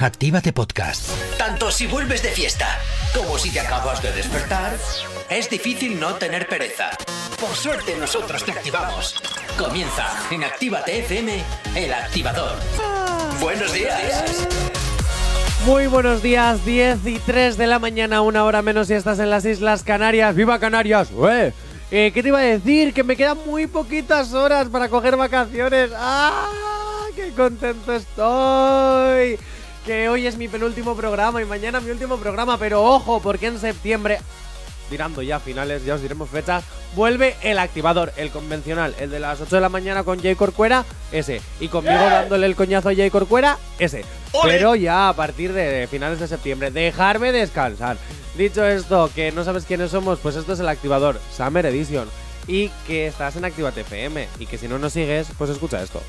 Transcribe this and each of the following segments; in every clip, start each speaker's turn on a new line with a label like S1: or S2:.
S1: Actívate Podcast.
S2: Tanto si vuelves de fiesta como si te acabas de despertar, es difícil no tener pereza. Por suerte nosotros te activamos. Comienza en Actívate FM, el activador. Buenos días.
S3: Muy buenos días, 10 y 3 de la mañana, una hora menos si estás en las Islas Canarias. ¡Viva Canarias! ¡Ué! Eh, ¿Qué te iba a decir? Que me quedan muy poquitas horas para coger vacaciones. ¡Ah! ¡Qué contento estoy! Que hoy es mi penúltimo programa y mañana mi último programa, pero ojo, porque en septiembre tirando ya finales, ya os diremos fechas, vuelve el activador, el convencional, el de las 8 de la mañana con Jay Corcuera, ese. Y conmigo dándole el coñazo a Jay Corcuera, ese. Pero ya a partir de finales de septiembre, dejarme descansar. Dicho esto, que no sabes quiénes somos, pues esto es el activador, Summer Edition. Y que estás en Activate FM. Y que si no nos sigues, pues escucha esto.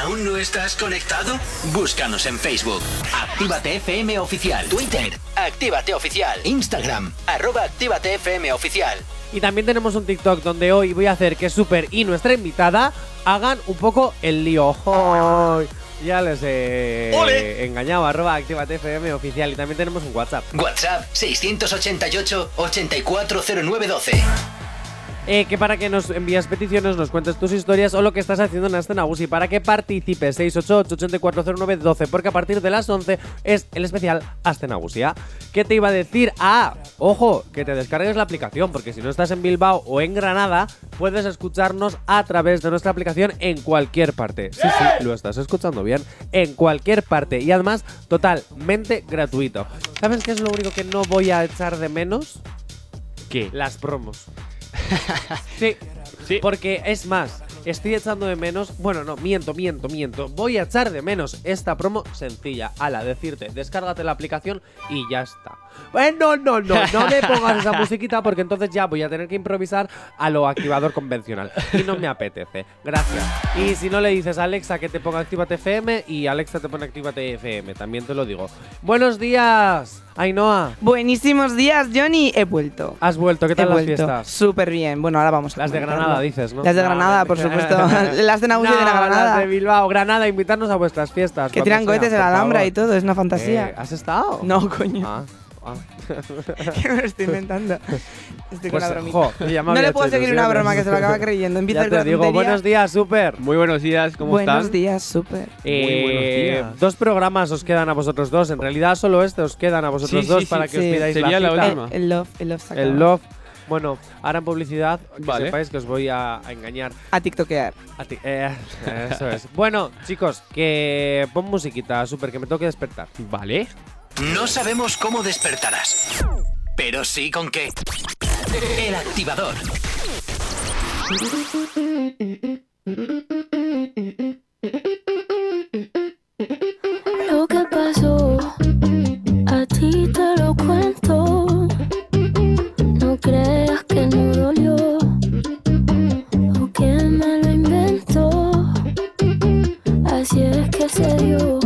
S2: ¿Aún no estás conectado? Búscanos en Facebook. Actívate FM Oficial. Twitter. Actívate Oficial. Instagram. Arroba Actívate FM Oficial.
S3: Y también tenemos un TikTok donde hoy voy a hacer que Super y nuestra invitada hagan un poco el lío. ¡Ay! Ya les he engañado, arroba Actívate FM oficial. Y también tenemos un WhatsApp.
S2: WhatsApp 688 840912.
S3: Eh, que para que nos envías peticiones, nos cuentes tus historias o lo que estás haciendo en Astenagusi, para que participes 688-8409-12, porque a partir de las 11 es el especial Astenagusia. ¿Qué te iba a decir? Ah, ojo, que te descargues la aplicación, porque si no estás en Bilbao o en Granada, puedes escucharnos a través de nuestra aplicación en cualquier parte. Sí, sí, lo estás escuchando bien, en cualquier parte y además totalmente gratuito. ¿Sabes qué es lo único que no voy a echar de menos?
S4: ¿Qué?
S3: Las promos. Sí.
S4: Sí.
S3: Porque es más, estoy echando de menos. Bueno, no, miento, miento, miento. Voy a echar de menos esta promo sencilla. Ala, decirte, descárgate la aplicación y ya está. Eh, no, no, no, no me pongas esa musiquita porque entonces ya voy a tener que improvisar a lo activador convencional. Y no me apetece. Gracias. Y si no le dices a Alexa que te ponga Actívate FM y Alexa te pone Actívate FM, también te lo digo. Buenos días, Ainhoa.
S5: Buenísimos días, Johnny. He vuelto.
S3: Has vuelto, ¿qué
S5: He
S3: tal las
S5: vuelto.
S3: fiestas?
S5: Súper bien. Bueno, ahora vamos a
S3: Las de
S5: comentarlo.
S3: Granada, dices, ¿no?
S5: Las de Granada, por supuesto. las de Nagusa y de
S3: No,
S5: Granada.
S3: Las de Bilbao, Granada, invitarnos a vuestras fiestas.
S5: que
S3: cuando
S5: tiran
S3: sea,
S5: cohetes de
S3: por
S5: la Alhambra
S3: favor.
S5: y todo. Es una fantasía.
S3: Eh, ¿Has estado?
S5: No, coño.
S3: Ah, ah.
S5: que me lo estoy inventando. Estoy
S3: Pues,
S5: con la bromita.
S3: jo, ya me
S5: no
S3: había
S5: le puedo
S3: hecho
S5: seguir una
S3: ilusiones.
S5: broma que se lo acaba creyendo. Empieza
S3: Ya
S5: el
S3: te digo, buenos días, súper.
S4: Muy buenos días, ¿cómo
S5: Buenos
S4: están?
S5: días, súper.
S3: Eh,
S4: buenos días.
S3: Dos programas os quedan a vosotros dos. En realidad, solo este os quedan a vosotros
S4: Sí,
S3: dos
S4: sí,
S3: para
S4: sí,
S3: que
S5: sí.
S3: os pidáis
S4: Sería la
S3: la cita.
S4: última.
S5: El, el love, el love se
S3: El
S5: acaba.
S3: love. Bueno, ahora en publicidad, que
S4: Vale.
S3: sepáis que os voy a- a engañar.
S5: A tiktokear.
S3: A ti- eh, eso es. Bueno, chicos, que pon musiquita, súper, que me tengo que despertar.
S4: Vale.
S2: No sabemos cómo despertarás, pero sí con qué. El activador.
S6: Lo que pasó, a ti te lo cuento. No creas que no dolió o que me lo inventó. Así es que se dio.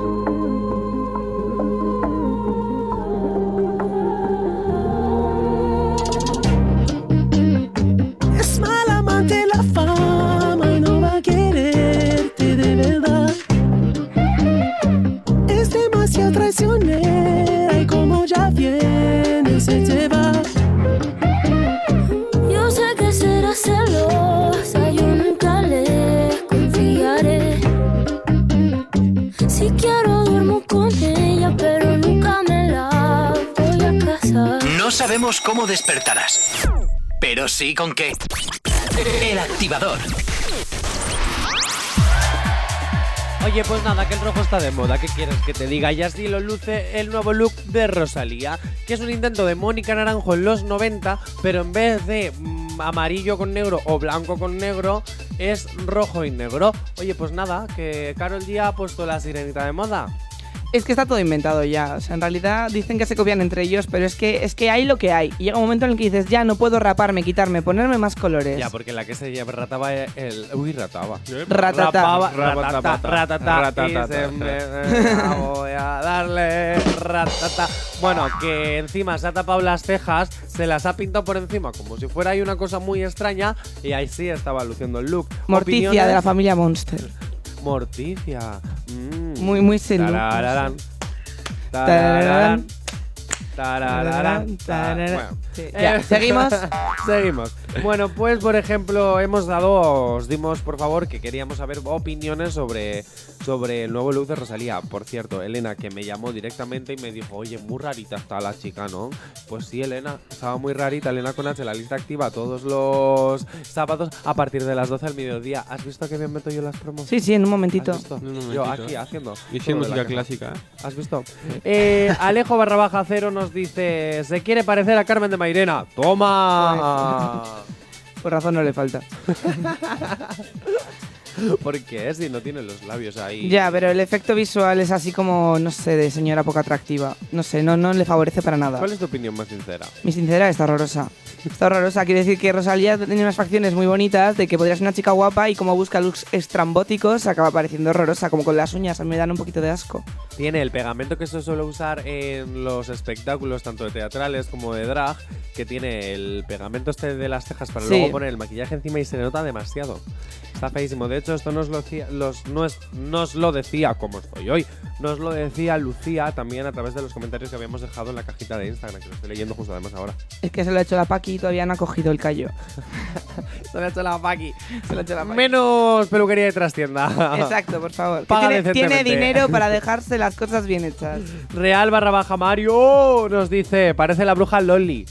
S7: Es mal amante la fama y no va a quererte de verdad. Es demasiado traicionera y como ya viene se te va.
S6: Yo sé que será celosa, yo nunca le confiaré. Si quiero duermo con ella, pero nunca me la voy a casar.
S2: No sabemos cómo despertarás, pero sí con qué. El activador.
S3: Oye, pues nada, que el rojo está de moda. ¿Qué quieres que te diga? Y así lo luce el nuevo look de Rosalía, que es un intento de Mónica Naranjo en los 90, pero en vez de mm, amarillo con negro o blanco con negro, es rojo y negro. Oye, pues nada, que Carol Díaz ha puesto la sirenita de moda.
S5: Es que está todo inventado ya. O sea, en realidad dicen que se copian entre ellos, pero es que, es que hay lo que hay. Y llega un momento en el que dices, ya no puedo raparme, quitarme, ponerme más colores.
S3: Ya, porque la que se lleva rataba eh, el. Uy, rataba.
S5: Ratatá.
S3: Rapaba,
S4: Ratatá,
S3: ratatá, ratatá,
S4: ratatá,
S3: y se
S4: ratatá.
S3: me- la voy a darle ratata. Bueno, que encima se ha tapado las cejas, se las ha pintado por encima como si fuera ahí una cosa muy extraña y ahí sí estaba luciendo el look.
S5: Morticia
S3: Opiniones-
S5: de la familia Monster.
S3: Morticia. Mm.
S5: Muy, muy sin look.
S3: Tarararán. Tarararán.
S5: Tarararán.
S3: Tarararán.
S5: Tarararán.
S3: Bueno. Eh.
S5: Sí. Ya, seguimos.
S3: Seguimos. Bueno, pues por ejemplo, hemos dado, os dimos por favor que queríamos saber opiniones sobre, sobre el nuevo look de Rosalía. Por cierto, Elena que me llamó directamente y me dijo, oye, muy rarita está la chica, ¿no? Pues sí, Elena, estaba muy rarita. Elena con H, la lista activa todos los sábados a partir de las 12 al mediodía. ¿Has visto que bien meto yo las promos?
S5: Sí, sí, en un
S3: ¿Has
S5: momentito.
S3: visto?
S4: En un momentito.
S3: Yo aquí haciendo.
S4: Y siendo
S3: todo de la
S4: música
S3: que-
S4: clásica.
S3: ¿Has visto? Eh, Alejo barra baja cero nos dice, se quiere parecer a Carmen de Mairena. ¡Toma!
S5: Por razón no le falta.
S3: ¿Por qué? Si no tiene los labios ahí.
S5: Ya, pero el efecto visual es así como, no sé, de señora poco atractiva. No sé, no, no le favorece para nada.
S3: ¿Cuál es tu opinión más sincera?
S5: Mi sincera está horrorosa. Está horrorosa. Quiere decir que Rosalía tiene unas facciones muy bonitas de que podría ser una chica guapa y como busca looks estrambóticos acaba pareciendo horrorosa. Como con las uñas, a mí me dan un poquito de asco.
S3: Tiene el pegamento que se suele usar en los espectáculos, tanto de teatrales como de drag, que tiene el pegamento este de las cejas para
S5: Sí.
S3: luego poner el maquillaje encima y se le nota demasiado. Está feísimo. De hecho, esto nos lo, hacía- los, nos, nos lo decía, como estoy hoy, nos lo decía Lucía también a través de los comentarios que habíamos dejado en la cajita de Instagram, que lo estoy leyendo justo además ahora.
S5: Es que se lo ha hecho la Paqui y todavía no ha cogido el callo.
S3: Se lo ha hecho la Paqui.
S5: Se lo ha hecho la Paqui.
S3: Menos peluquería de trastienda.
S5: Exacto, por favor. Que
S3: Paga
S5: tiene, tiene
S3: decentemente.
S5: dinero para dejarse las cosas bien hechas.
S3: Real barra baja Mario nos dice, parece la bruja Loli.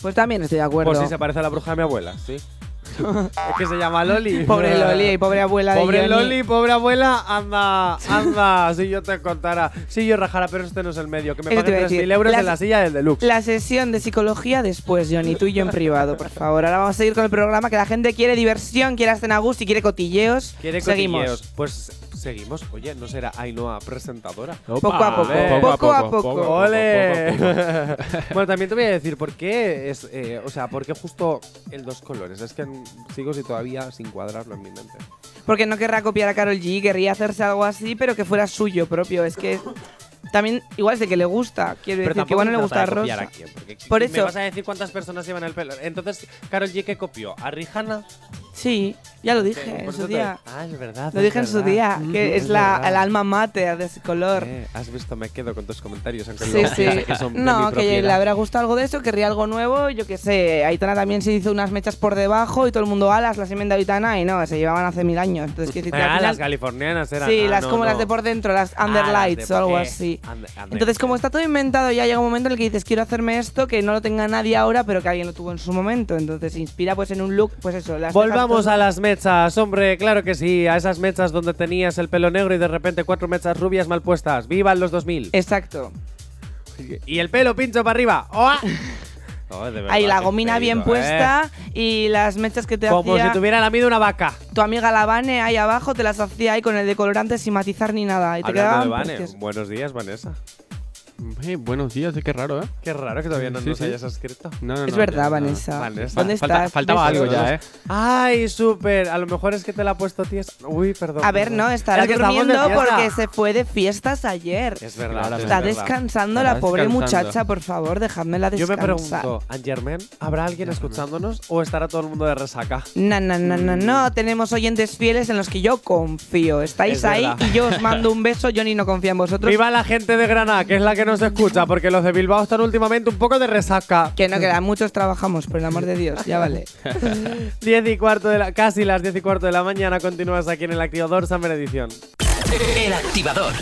S5: Pues también estoy de acuerdo.
S3: Por si se parece a la bruja de mi abuela, sí. es que se llama Loli.
S5: Pobre Loli y pobre abuela de
S3: Pobre
S5: Johnny.
S3: Loli, pobre abuela, anda, anda, si yo te contara, si yo rajara, pero este no es el medio, que me
S5: Eso te iba a
S3: paguen
S5: decir.
S3: 3.000 euros
S5: Las-
S3: en la silla del deluxe.
S5: La sesión de psicología después, Johnny, tú y yo en privado, por favor. Ahora vamos a seguir con el programa que la gente quiere diversión, quiere hacer a gusto y quiere cotilleos.
S3: Quiere
S5: Seguimos.
S3: cotilleos. Pues seguimos, oye, ¿no será Ainhoa presentadora?
S5: Poco a poco,
S3: Ole.
S5: poco a poco.
S3: ¡Ole! bueno, también te voy a decir por qué es, eh, o sea, por qué justo el dos colores. Es que mm, sigo si todavía sin cuadrarlo en mi mente.
S5: Porque no querrá copiar a Carol G, querría hacerse algo así, pero que fuera suyo propio. Es que también, igual es de que le gusta, quiero decir, que
S3: tampoco
S5: igual no
S3: se
S5: le gusta
S3: trata
S5: a
S3: de copiar
S5: Rosa.
S3: a quién, porque
S5: Por
S3: me
S5: eso-
S3: vas a decir cuántas personas llevan el pelo. Entonces, Carol G que copió a Rihanna.
S5: Sí, ya lo dije
S3: Por
S5: en
S3: eso
S5: su
S3: te-
S5: día.
S3: Ah, es verdad.
S5: Lo
S3: es
S5: dije en su
S3: verdad.
S5: día,
S3: Mm,
S5: que es la,
S3: verdad.
S5: el alma mater de ese color.
S3: Eh, Has visto, me quedo con tus comentarios. aunque
S5: Sí,
S3: luego
S5: sí.
S3: piense que son de mi
S5: No, que le
S3: propiedad.
S5: habrá gustado algo de eso, querría algo nuevo, yo qué sé. Aitana también se hizo unas mechas por debajo y todo el mundo alas, las enmienda Aitana y no, se llevaban hace mil años. Entonces, quiero decir que al
S3: Ah,
S5: final-
S3: las californianas eran.
S5: Sí,
S3: ah,
S5: las
S3: no,
S5: como
S3: no.
S5: las de por dentro, las
S3: Ah, las de-
S5: underlights o algo
S3: eh,
S5: así.
S3: under- under-
S5: Entonces, como está todo inventado, ya llega un momento en el que dices, quiero hacerme esto, que no lo tenga nadie ahora, pero que alguien lo tuvo en su momento. Entonces, se inspira pues en un look, pues eso. Las cejas
S3: Volvamos a las mechas, hombre, claro que sí, a esas mechas donde tenías el pelo negro y de repente cuatro mechas rubias mal puestas. ¡Viva los 2000!
S5: todo- Exacto.
S3: Y el pelo pincho para arriba. ¡Oa! Oh, de verdad,
S5: Ahí la
S3: qué
S5: gomina bien
S3: peligro, ¿eh?
S5: puesta y las mechas que te
S3: Como
S5: hacía
S3: si tuviera lamido una vaca.
S5: tu amiga la Vane ahí abajo, te las hacía ahí con el decolorante sin matizar ni nada. Y te
S3: Hablando de
S5: quedaban pues,
S3: Vane.
S5: preciosas.
S3: Buenos días, Vanessa.
S4: Eh, buenos días, eh, qué raro, ¿eh?
S3: Qué raro que todavía no
S4: Sí,
S3: nos
S4: sí.
S3: hayas escrito.
S4: No, no,
S5: Es
S4: no,
S5: verdad,
S4: no.
S5: Vanessa.
S3: Vanessa.
S5: ¿Dónde
S4: Falta-
S5: estás?
S4: faltaba
S5: Besos.
S4: algo ya, ¿eh?
S3: Ay, súper. A lo mejor es que te la ha puesto tía. Uy, perdón.
S5: A ver,
S3: perdón.
S5: no, estará
S3: Es que estamos
S5: durmiendo
S3: de fiesta.
S5: porque se fue de fiestas ayer.
S3: Es verdad.
S4: Está
S3: es
S5: Está
S3: verdad.
S5: descansando
S4: Estará
S5: la pobre
S4: descansando.
S5: muchacha, por favor, dejadmela
S3: Yo me
S5: descansar.
S3: pregunto, Angerman, ¿habrá alguien escuchándonos o estará todo el mundo de resaca?
S5: No, no, no, no, no. Tenemos oyentes fieles en los que yo confío. Estáis
S3: Es
S5: ahí
S3: verdad.
S5: y yo os mando un beso. Johnny no confía en vosotros.
S3: Viva la gente de Granada, que es la que nos escucha, porque los de Bilbao están últimamente un poco de resaca.
S5: Que no queda, muchos trabajamos, por el amor de Dios, ya vale.
S3: 10 y cuarto de la, casi las 10 y cuarto de la mañana continúas aquí en el Activador Summer Edición.
S2: El activador.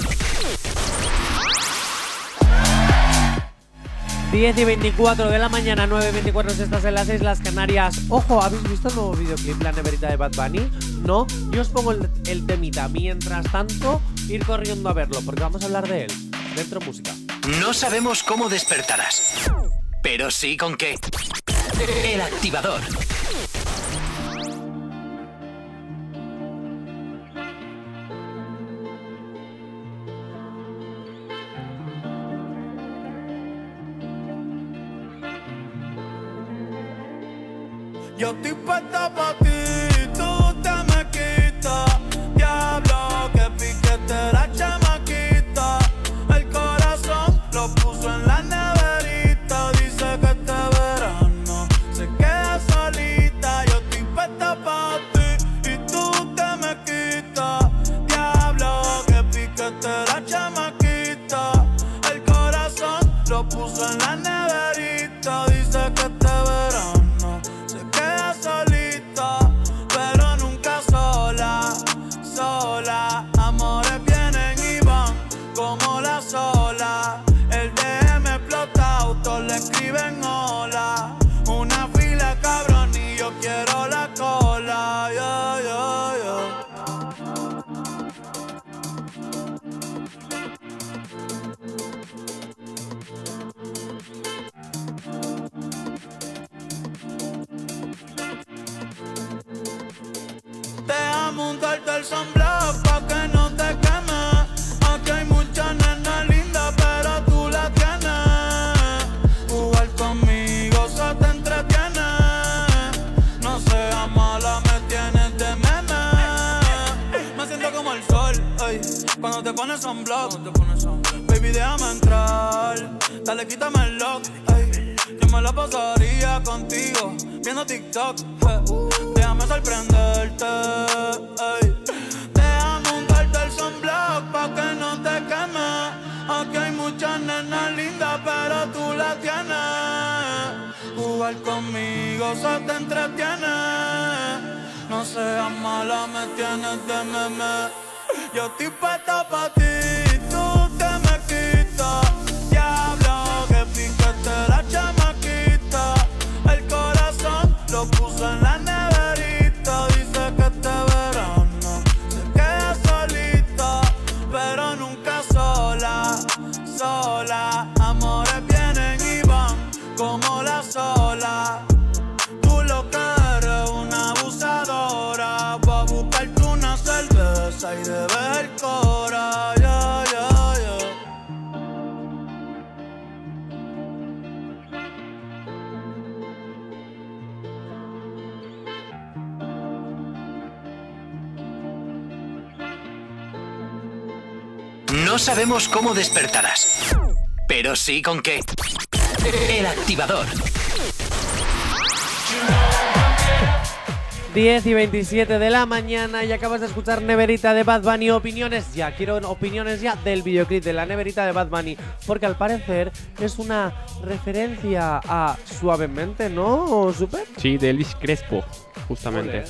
S3: 10 y 24 de la mañana, 9 y 24 si estás en las Islas Canarias. Ojo, ¿habéis visto el nuevo videoclip La Neverita de Bad Bunny? No, yo os pongo el, el temita. Mientras tanto, ir corriendo a verlo, porque vamos a hablar de él. Dentro música.
S2: No sabemos cómo despertarás, pero sí con qué. El activador.
S1: Yo estoy puesta pa' ti, tú te me quitas. Diablo, que piquetera chamaquita. El corazón lo puso en la neverita. Dice que este verano se queda solita. Yo estoy puesta pa' ti y tú te me quitas. Diablo, que piquetera chamaquita. El corazón lo puso en la neverita. Dice que este verano se queda solita, pero nunca sola, sola. Amores vienen y van como la sola. El DM explota, autos le escriben hola. Una fila cabrón y yo quiero la cola. Yo, yo, yo. Déjame untarte el sunblock pa' que no te queme. Aquí hay muchas nenas lindas, pero tú la tienes. Jugar conmigo se te entretiene. No seas mala, me tienes de meme. Me siento como el sol, ey, cuando te pones sunblock. Baby, déjame entrar, dale, quítame el lock, ey. Yo me la pasaría contigo viendo TikTok. eh. Déjame sorprenderte. ey. Déjame untarte el sunblock pa' que no te queme. Aquí hay muchas nenas lindas, pero tú las tienes. Jugar conmigo se te entretiene. No seas mala, me tienes de meme. Yo estoy puesta pa' ti, tú te me quitas. Diablo, que picaste la chamaquita. El corazón lo puso en la neverita. Dice que este verano se queda solita, pero nunca sola, sola. Amores vienen y van como la sola. Tú lo que eres una abusadora Va a buscarte una cerveza y de ver cora Ya, ya, ya
S2: No sabemos cómo despertarás, pero sí con qué. El activador.
S3: 10 y 27 de la mañana y acabas de escuchar Neverita de Bad Bunny. Opiniones ya, quiero opiniones ya del videoclip de la Neverita de Bad Bunny, porque al parecer es una referencia a Suavemente, ¿no? Super.
S4: Sí, de Elvis Crespo, justamente.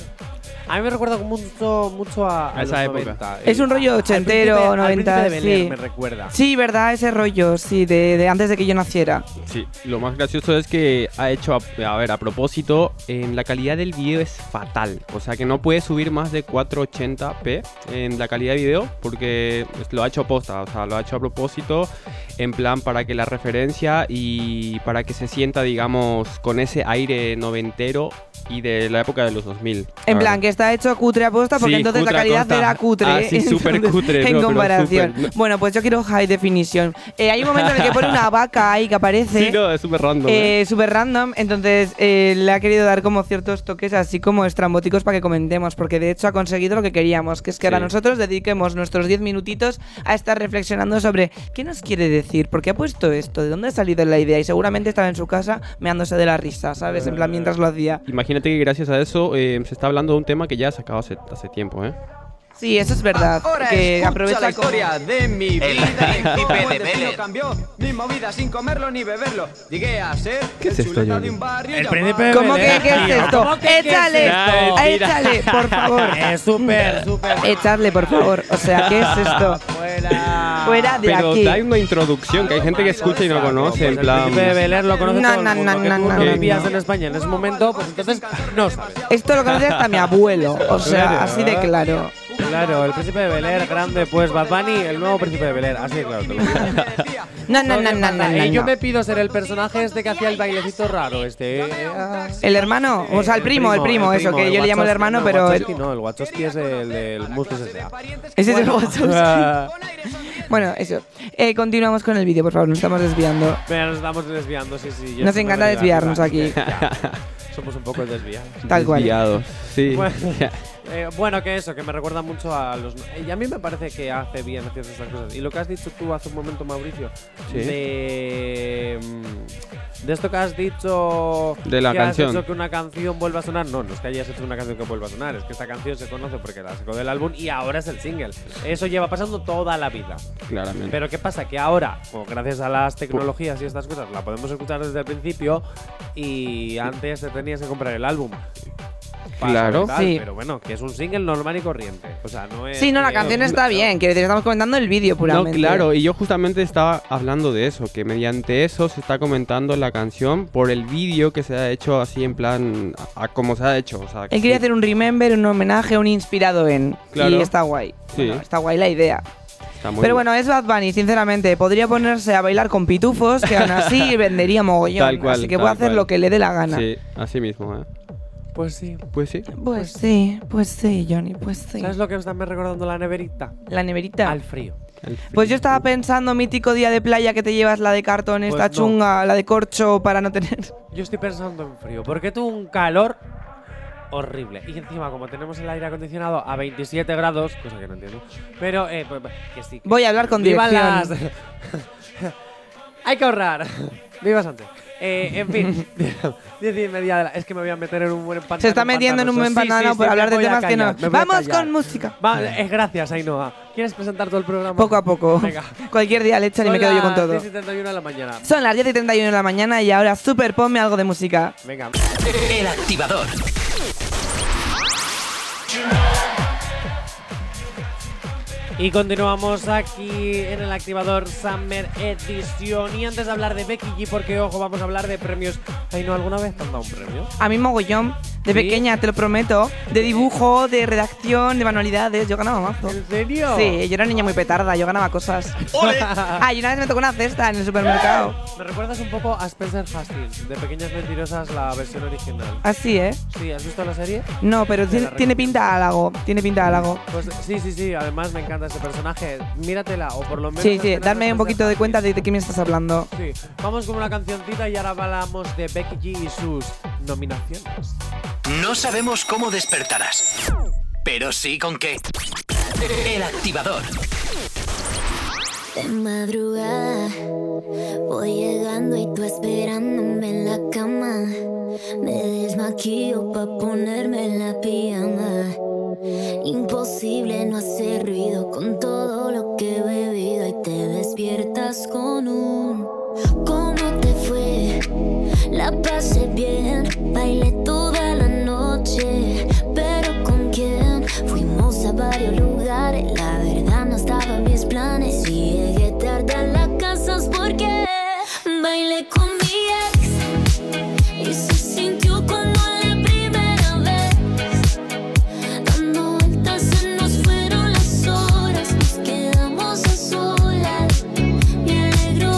S3: A mí me recuerda como mucho, mucho a,
S4: A esa
S3: los
S4: época.
S3: 90.
S5: Es un rollo
S3: Al
S5: ochentero,
S3: príncipe- al
S5: noventa,
S3: príncipe de Bel Air
S5: sí.
S3: me recuerda.
S5: Sí, verdad, ese rollo, sí, de, de antes de que yo naciera.
S4: Sí, lo más gracioso es que ha hecho, a, a ver, a propósito, en la calidad del video es fatal. O sea que no puede subir más de 480p en la calidad de video porque pues, lo ha hecho posta, o sea, lo ha hecho a propósito. en plan para que la referencia y para que se sienta, digamos, con ese aire noventero y de la época de los 2000.
S5: En
S4: la
S5: plan,
S4: verdad.
S5: que está hecho cutre aposta porque
S4: Sí,
S5: entonces la
S4: cutre a
S5: calidad
S4: costa.
S5: era cutre.
S4: Ah, sí,
S5: entonces,
S4: súper cutre, no,
S5: En
S4: pero
S5: comparación.
S4: súper, no.
S5: Bueno, pues yo quiero high definition. Eh, hay un momento en el que pone una vaca ahí que aparece.
S4: Sí, no, es súper random. ¿eh?
S5: Eh, súper random, entonces eh, le ha querido dar como ciertos toques así como estrambóticos para que comentemos, porque de hecho ha conseguido lo que queríamos, que es que ahora
S4: Sí.
S5: nosotros dediquemos nuestros 10 minutitos a estar reflexionando sobre qué nos quiere decir, por qué ha puesto esto, de dónde ha salido la idea, y seguramente estaba en su casa meándose de la risa, ¿sabes? En
S1: Eh.
S5: plan, mientras lo hacía.
S4: Imagínate que gracias a eso eh, se está hablando de un tema que ya se acabó hace, hace tiempo, ¿eh?
S5: Sí, eso es verdad. que aprovecha
S8: la
S5: como-
S8: historia de mi vida y cómo
S9: Felipe
S8: el
S9: de
S8: destino
S9: Belén.
S8: cambió mi movida sin comerlo ni beberlo. Llegué a ser
S4: ¿Qué es
S8: el
S4: esto,
S8: chuleta
S4: Jordi?
S8: de un barrio
S1: El
S8: llamado-
S1: príncipe de
S5: ¿Cómo que
S1: Belén,
S5: qué es
S1: tío.
S5: esto?
S1: ¿Cómo que qué es
S5: Échale,
S1: esto?
S5: esto,
S4: Ay, tira.
S5: échale, por favor.
S1: Es súper, súper.
S5: Echadle, por favor. O sea, ¿qué es esto?
S1: Fuera.
S5: Fuera de
S4: Pero
S5: aquí.
S4: da una introducción que hay gente que escucha y no conoce, en plan...
S3: Pues Príncipe de Bel Air lo conoce
S5: No,
S3: todo el
S5: no,
S3: mundo.
S5: no,
S3: que
S5: no,
S3: tú
S5: no,
S3: no
S5: no.
S3: vivías en España en ese momento, pues entonces no sabes.
S5: Esto lo conoce hasta mi abuelo, o sea, así de claro.
S3: Claro, el príncipe de Bel Air, grande, pues Bad Bunny, el nuevo príncipe de Bel Air, así de claro. te lo digo.
S5: No, no, no, no, no, no,
S3: Y yo
S5: no.
S3: me pido ser el personaje este que hacía el bailecito raro, este. eh, ah.
S5: El hermano,
S4: Eh,
S5: o sea, el primo, el primo, eso, que yo le llamo el
S3: Wachowski,
S5: hermano,
S3: no,
S5: pero...
S3: Wachowski
S5: el-
S3: no, el Wachowski es el del Muscus S.A.
S5: Ese es el Wachowski.
S3: Ah,
S5: Bueno, eso. Eh, continuamos con el vídeo, por favor, nos estamos desviando.
S3: Pero nos estamos desviando, sí, sí. yo
S5: Nos
S3: estoy
S5: encanta
S3: perdido,
S5: desviarnos
S3: ¿verdad?
S5: aquí.
S3: Ya, Somos un poco desviados.
S5: Tal cual.
S4: Desviados. Sí.
S3: Bueno, eh, bueno, que eso, que me recuerda mucho a los... Y a mí me parece que hace bien hacer esas cosas. Y lo que has dicho tú hace un momento, Mauricio,
S4: Sí.
S3: de... mm, De esto que has dicho...
S4: De la
S3: que
S4: canción.
S3: Has hecho que una canción vuelva a sonar. No, no es que hayas hecho una canción que vuelva a sonar. Es que esta canción se conoce porque la sacó del álbum y ahora es el single. Eso lleva pasando toda la vida.
S4: Claramente.
S3: Pero ¿qué pasa? Que ahora, pues, gracias a las tecnologías y estas cosas, la podemos escuchar desde el principio y antes te tenías que comprar el álbum. Pasa
S4: Claro.
S3: y tal,
S5: Sí.
S3: Pero bueno, que es un single normal y corriente. O sea, no es...
S5: Sí, no, la
S3: que-
S5: canción está bien, que estamos comentando el vídeo puramente.
S4: No, claro, y yo justamente estaba hablando de eso, que mediante eso se está comentando la canción por el vídeo que se ha hecho así en plan a, a como se ha hecho. O sea,
S5: Él Eh, quería hacer un remember, un homenaje, un inspirado en.
S4: Claro.
S5: Y está guay.
S4: Sí.
S5: Bueno, está guay la idea.
S4: está muy
S5: Pero
S4: bien.
S5: bueno, es Bad Bunny, sinceramente. Podría ponerse a bailar con pitufos, que aún así vendería mogollón.
S4: Tal cual,
S5: así que
S4: tal
S5: puede hacer
S4: cual.
S5: lo que le dé la gana.
S4: Sí, así mismo, ¿eh?
S3: Pues sí.
S4: Pues sí.
S5: Pues sí, pues sí, Johnny, pues sí.
S3: ¿Sabes lo que me está me recordando la neverita?
S5: La neverita.
S3: Al frío.
S4: El
S5: Pues yo estaba pensando, mítico día de playa que te llevas la de cartón,
S3: Pues
S5: esta
S3: no.
S5: chunga, la de corcho para no tener.
S3: Yo estoy pensando en frío, porque tuvo un calor horrible. Y encima, como tenemos el aire acondicionado a 27 grados, cosa que no entiendo, pero eh, pues, que sí. que
S5: Voy a hablar con
S3: ¡Viva las!
S5: dirección.
S3: Hay que ahorrar. Viva Sánchez. Eh, en fin, diez y media de la- Es que me voy a meter en un buen pantano.
S5: Se está metiendo en un buen pantano
S3: pantanoso. Sí, sí,
S5: por
S3: sí,
S5: hablar
S3: me
S5: de
S3: voy a
S5: temas que no.
S3: callar, me voy a
S5: Vamos
S3: callar.
S5: con música.
S3: Va, eh, gracias, Ainhoa. ¿Quieres presentar todo el programa?
S5: Poco a poco.
S3: Venga.
S5: Cualquier día le echan y me quedo yo con todo.
S3: 10 y 31 de la mañana.
S5: Son las 10 y 31 de la mañana y ahora super ponme algo de música.
S3: Venga.
S2: El activador.
S3: Y continuamos aquí en el activador Summer Edition. Y antes de hablar de Becky G, porque ojo, vamos a hablar de premios. Ainhoa, ¿alguna vez te han dado un premio?
S5: A mí mogollón, de
S3: ¿Sí?
S5: pequeña, te lo prometo, de dibujo, de redacción, de manualidades, yo ganaba mazo.
S3: ¿En serio?
S5: Sí, yo era una niña muy petarda, yo ganaba cosas. Ah, y una vez me tocó una cesta en el supermercado.
S3: Me recuerdas un poco a Spencer Hastings, de Pequeñas Mentirosas, la versión original.
S5: Así, ¿eh?
S3: Sí, ¿has visto la serie?
S5: No, pero tiene,
S3: la
S5: tiene
S3: recomiendo.
S5: pinta de halago, tiene pinta de halago.
S3: Pues sí, sí, sí, además me encanta ese personaje. Míratela, o por lo menos.
S5: Sí, sí,
S3: entérate
S5: darme un
S3: Spencer
S5: poquito de cuenta
S3: Hastings.
S5: de, de qué me estás hablando.
S3: Sí, vamos con una cancioncita y ahora hablamos de Becky G y sus nominaciones.
S2: No sabemos cómo despertarás, pero sí con qué. El activador.
S6: De madrugada voy llegando y tú esperándome en la cama. Me desmaquillo pa' ponerme la pijama. Imposible no hacer ruido con todo lo que he bebido y te despiertas con un ¿Cómo te fue? La pasé bien, bailé toda la noche, pero ¿con quién? Fuimos a varios lugares, la verdad no estaban mis planes y llegué tarde a la casa es porque bailé con mi ex y se sintió como la primera vez. Dando vueltas se nos fueron las horas, nos quedamos a solas. Me alegro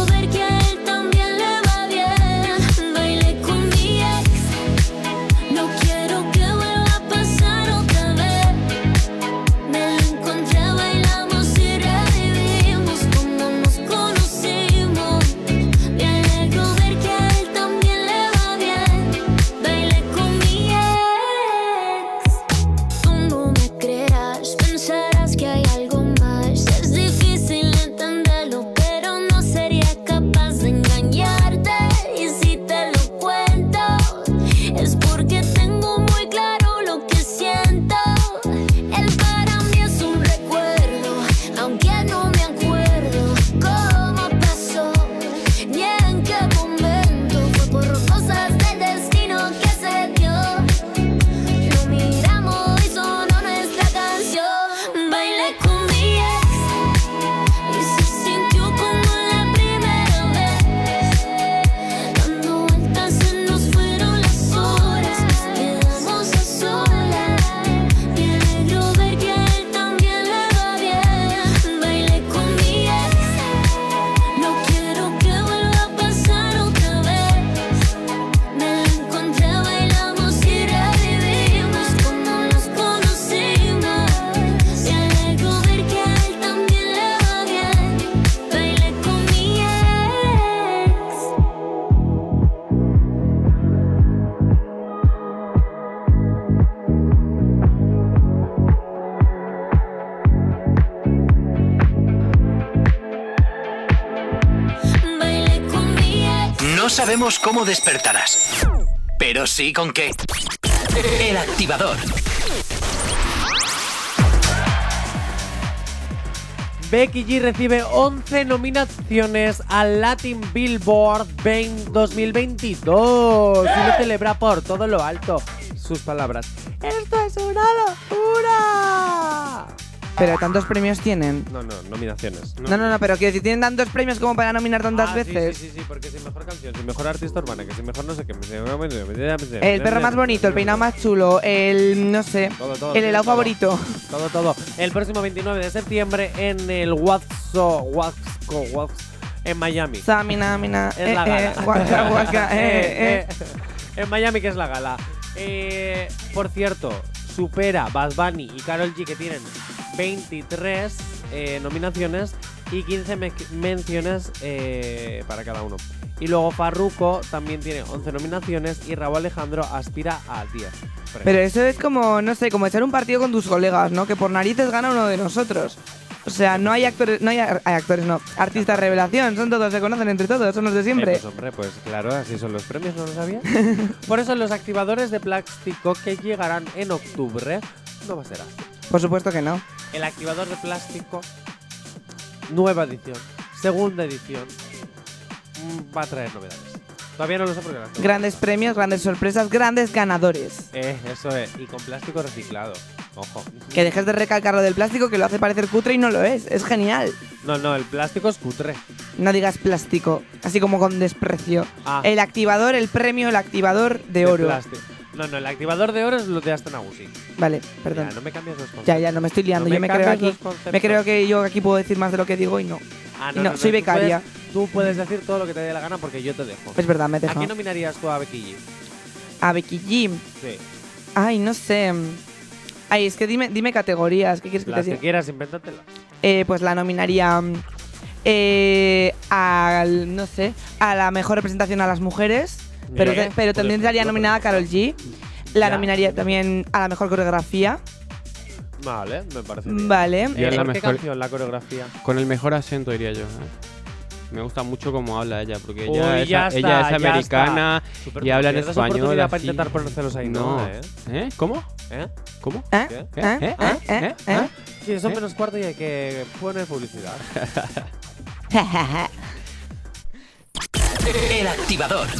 S2: sabemos cómo despertarás, pero sí con qué. El activador.
S3: Becky G recibe 11 nominaciones al Latin Billboard 20 2022 y lo celebra por todo lo alto. Sus palabras. ¡Esto es una locura!
S5: Pero tantos premios tienen.
S3: No, no, nominaciones.
S5: No, no, no, pero quiero decir, tienen tantos premios como para nominar tantas
S3: Ah, sí,
S5: veces.
S3: Sí, sí, sí, porque si mejor canción, si mejor artista urbana, que si mejor no sé qué.
S5: El perro más bonito, el peinado más chulo, el no sé,
S3: Todo, todo,
S5: el helado
S3: todo.
S5: favorito.
S3: Todo, todo. El próximo 29 de septiembre en el Watso, Waxco, Wax, en Miami.
S5: Samina, mina,
S3: Es la
S5: eh, eh,
S3: gala.
S5: guaca, guaca, eh, eh.
S3: En Miami, que es la gala. Eh, por cierto, supera Bad Bunny y Carol G, que tienen 23 eh, nominaciones y 15 me- menciones eh, para cada uno. Y luego Farruko también tiene 11 nominaciones y Raúl Alejandro aspira a Eh, 10.
S5: Pero eso es como, no sé, como echar un partido con tus colegas, ¿no? Que por narices gana uno de nosotros. O sea, no hay actores, no hay, ar- hay actores, no, artistas revelación, son todos, se conocen entre todos, son los de siempre.
S3: Eh, pues hombre, pues claro, así son los premios, ¿no lo sabías? Por eso los activadores de plástico que llegarán en octubre no va a ser así.
S5: Por supuesto que no.
S3: El activador de plástico, nueva edición, segunda edición, mm, va a traer novedades. Todavía no lo sé porque no.
S5: Grandes premios, grandes sorpresas, grandes ganadores.
S3: Eh, eso es, y con plástico reciclado. Ojo.
S5: Que dejes de recalcar lo del plástico que lo hace parecer cutre y no lo es. Es genial.
S3: No, no, el plástico es cutre.
S5: No digas plástico, así como con desprecio.
S3: Ah.
S5: El activador, el premio, el activador de oro.
S3: plástico. No, no, el activador de oro es lo de Aston Agustín.
S5: Vale, perdón.
S3: Ya, no me cambies los conceptos.
S5: Ya, ya, no me estoy liando.
S3: No
S5: yo
S3: me
S5: me creo
S3: cambies
S5: aquí.
S3: los conceptos.
S5: Me creo que yo aquí puedo decir más de lo que digo y no.
S3: Ah,
S5: no, soy
S3: tú
S5: becaria.
S3: puedes- Tú puedes, decir todo lo que te dé la gana porque yo te dejo.
S5: Es verdad, me
S3: ¿A
S5: dejo.
S3: quién nominarías tú a Becky G?
S5: A Becky G.
S3: Sí.
S5: Ay, no sé. Ay, es que dime, dime categorías. ¿Qué quieres que
S3: Las
S5: te
S3: que
S5: diga?
S3: quieras, invéntatela.
S5: Eh, pues la nominaría mm, eh, al, no sé, a la mejor representación a las mujeres, pero,
S3: ¿Eh?
S5: te- pero también
S4: pues,
S5: estaría nominada a Carol G. La
S3: Ya.
S5: nominaría también a la mejor coreografía,
S3: Vale, me parece bien.
S5: ¿vale?
S4: Yo
S3: Eh,
S4: la
S3: ¿por qué
S4: mejor-
S3: canción la coreografía?
S4: Con el mejor acento, diría yo. ¿eh? Me gusta mucho cómo habla ella, porque
S3: Uy,
S4: ella, es, ella
S3: ya está,
S4: es
S3: ya
S4: americana
S3: Súper,
S4: y habla en
S3: pierdes
S4: español.
S3: oportunidad para
S4: así.
S3: intentar ponérselos ahí, ¿no? ¿Eh?
S4: ¿Eh? ¿Cómo?
S3: ¿Eh?
S4: ¿Cómo?
S5: ¿Eh?
S3: ¿Qué?
S4: ¿Eh?
S5: ¿Eh?
S4: ¿Eh?
S5: ¿Eh?
S4: ¿Eh?
S5: ¿Eh?
S4: ¿Eh?
S3: Sí, son
S4: ¿Eh?
S3: menos cuarto y hay que poner publicidad.
S5: ¿Eh?
S4: ¿Eh?
S2: El activador.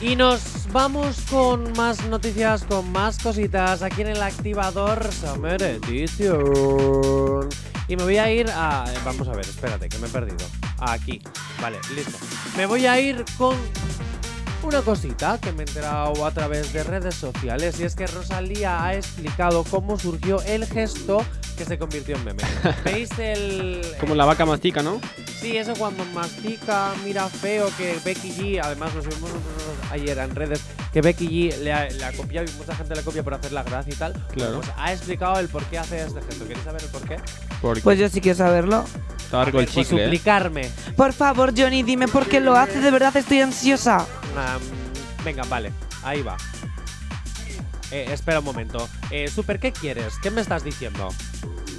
S3: Y nos vamos con más noticias, con más cositas aquí en el activador Summer Edition. Y me voy a ir a. eh, Vamos a ver, espérate, que me he perdido. Aquí. Vale, listo. Me voy a ir con una cosita que me he enterado a través de redes sociales. Y es que Rosalía ha explicado cómo surgió el gesto que se convirtió en meme. ¿Veis el.
S4: Como la vaca mastica, ¿no?
S3: Sí, eso cuando mastica, mira feo que Becky G, además lo subimos nosotros ayer en redes, que Becky G le ha, le ha copiado y mucha gente le copia por hacer la gracia y tal.
S4: Claro.
S3: Pues ha explicado el por qué hace este gesto. ¿Queréis saber el por qué?
S4: Porque
S5: Pues yo sí quiero saberlo.
S4: está largo el
S3: Pues
S4: chicle. ¿eh?
S3: suplicarme.
S5: Por favor, Johnny, dime por qué lo hace, de verdad estoy ansiosa.
S3: Am, venga, vale, ahí va. Eh, espera un momento. Eh, Super, ¿qué quieres? ¿Qué me estás diciendo?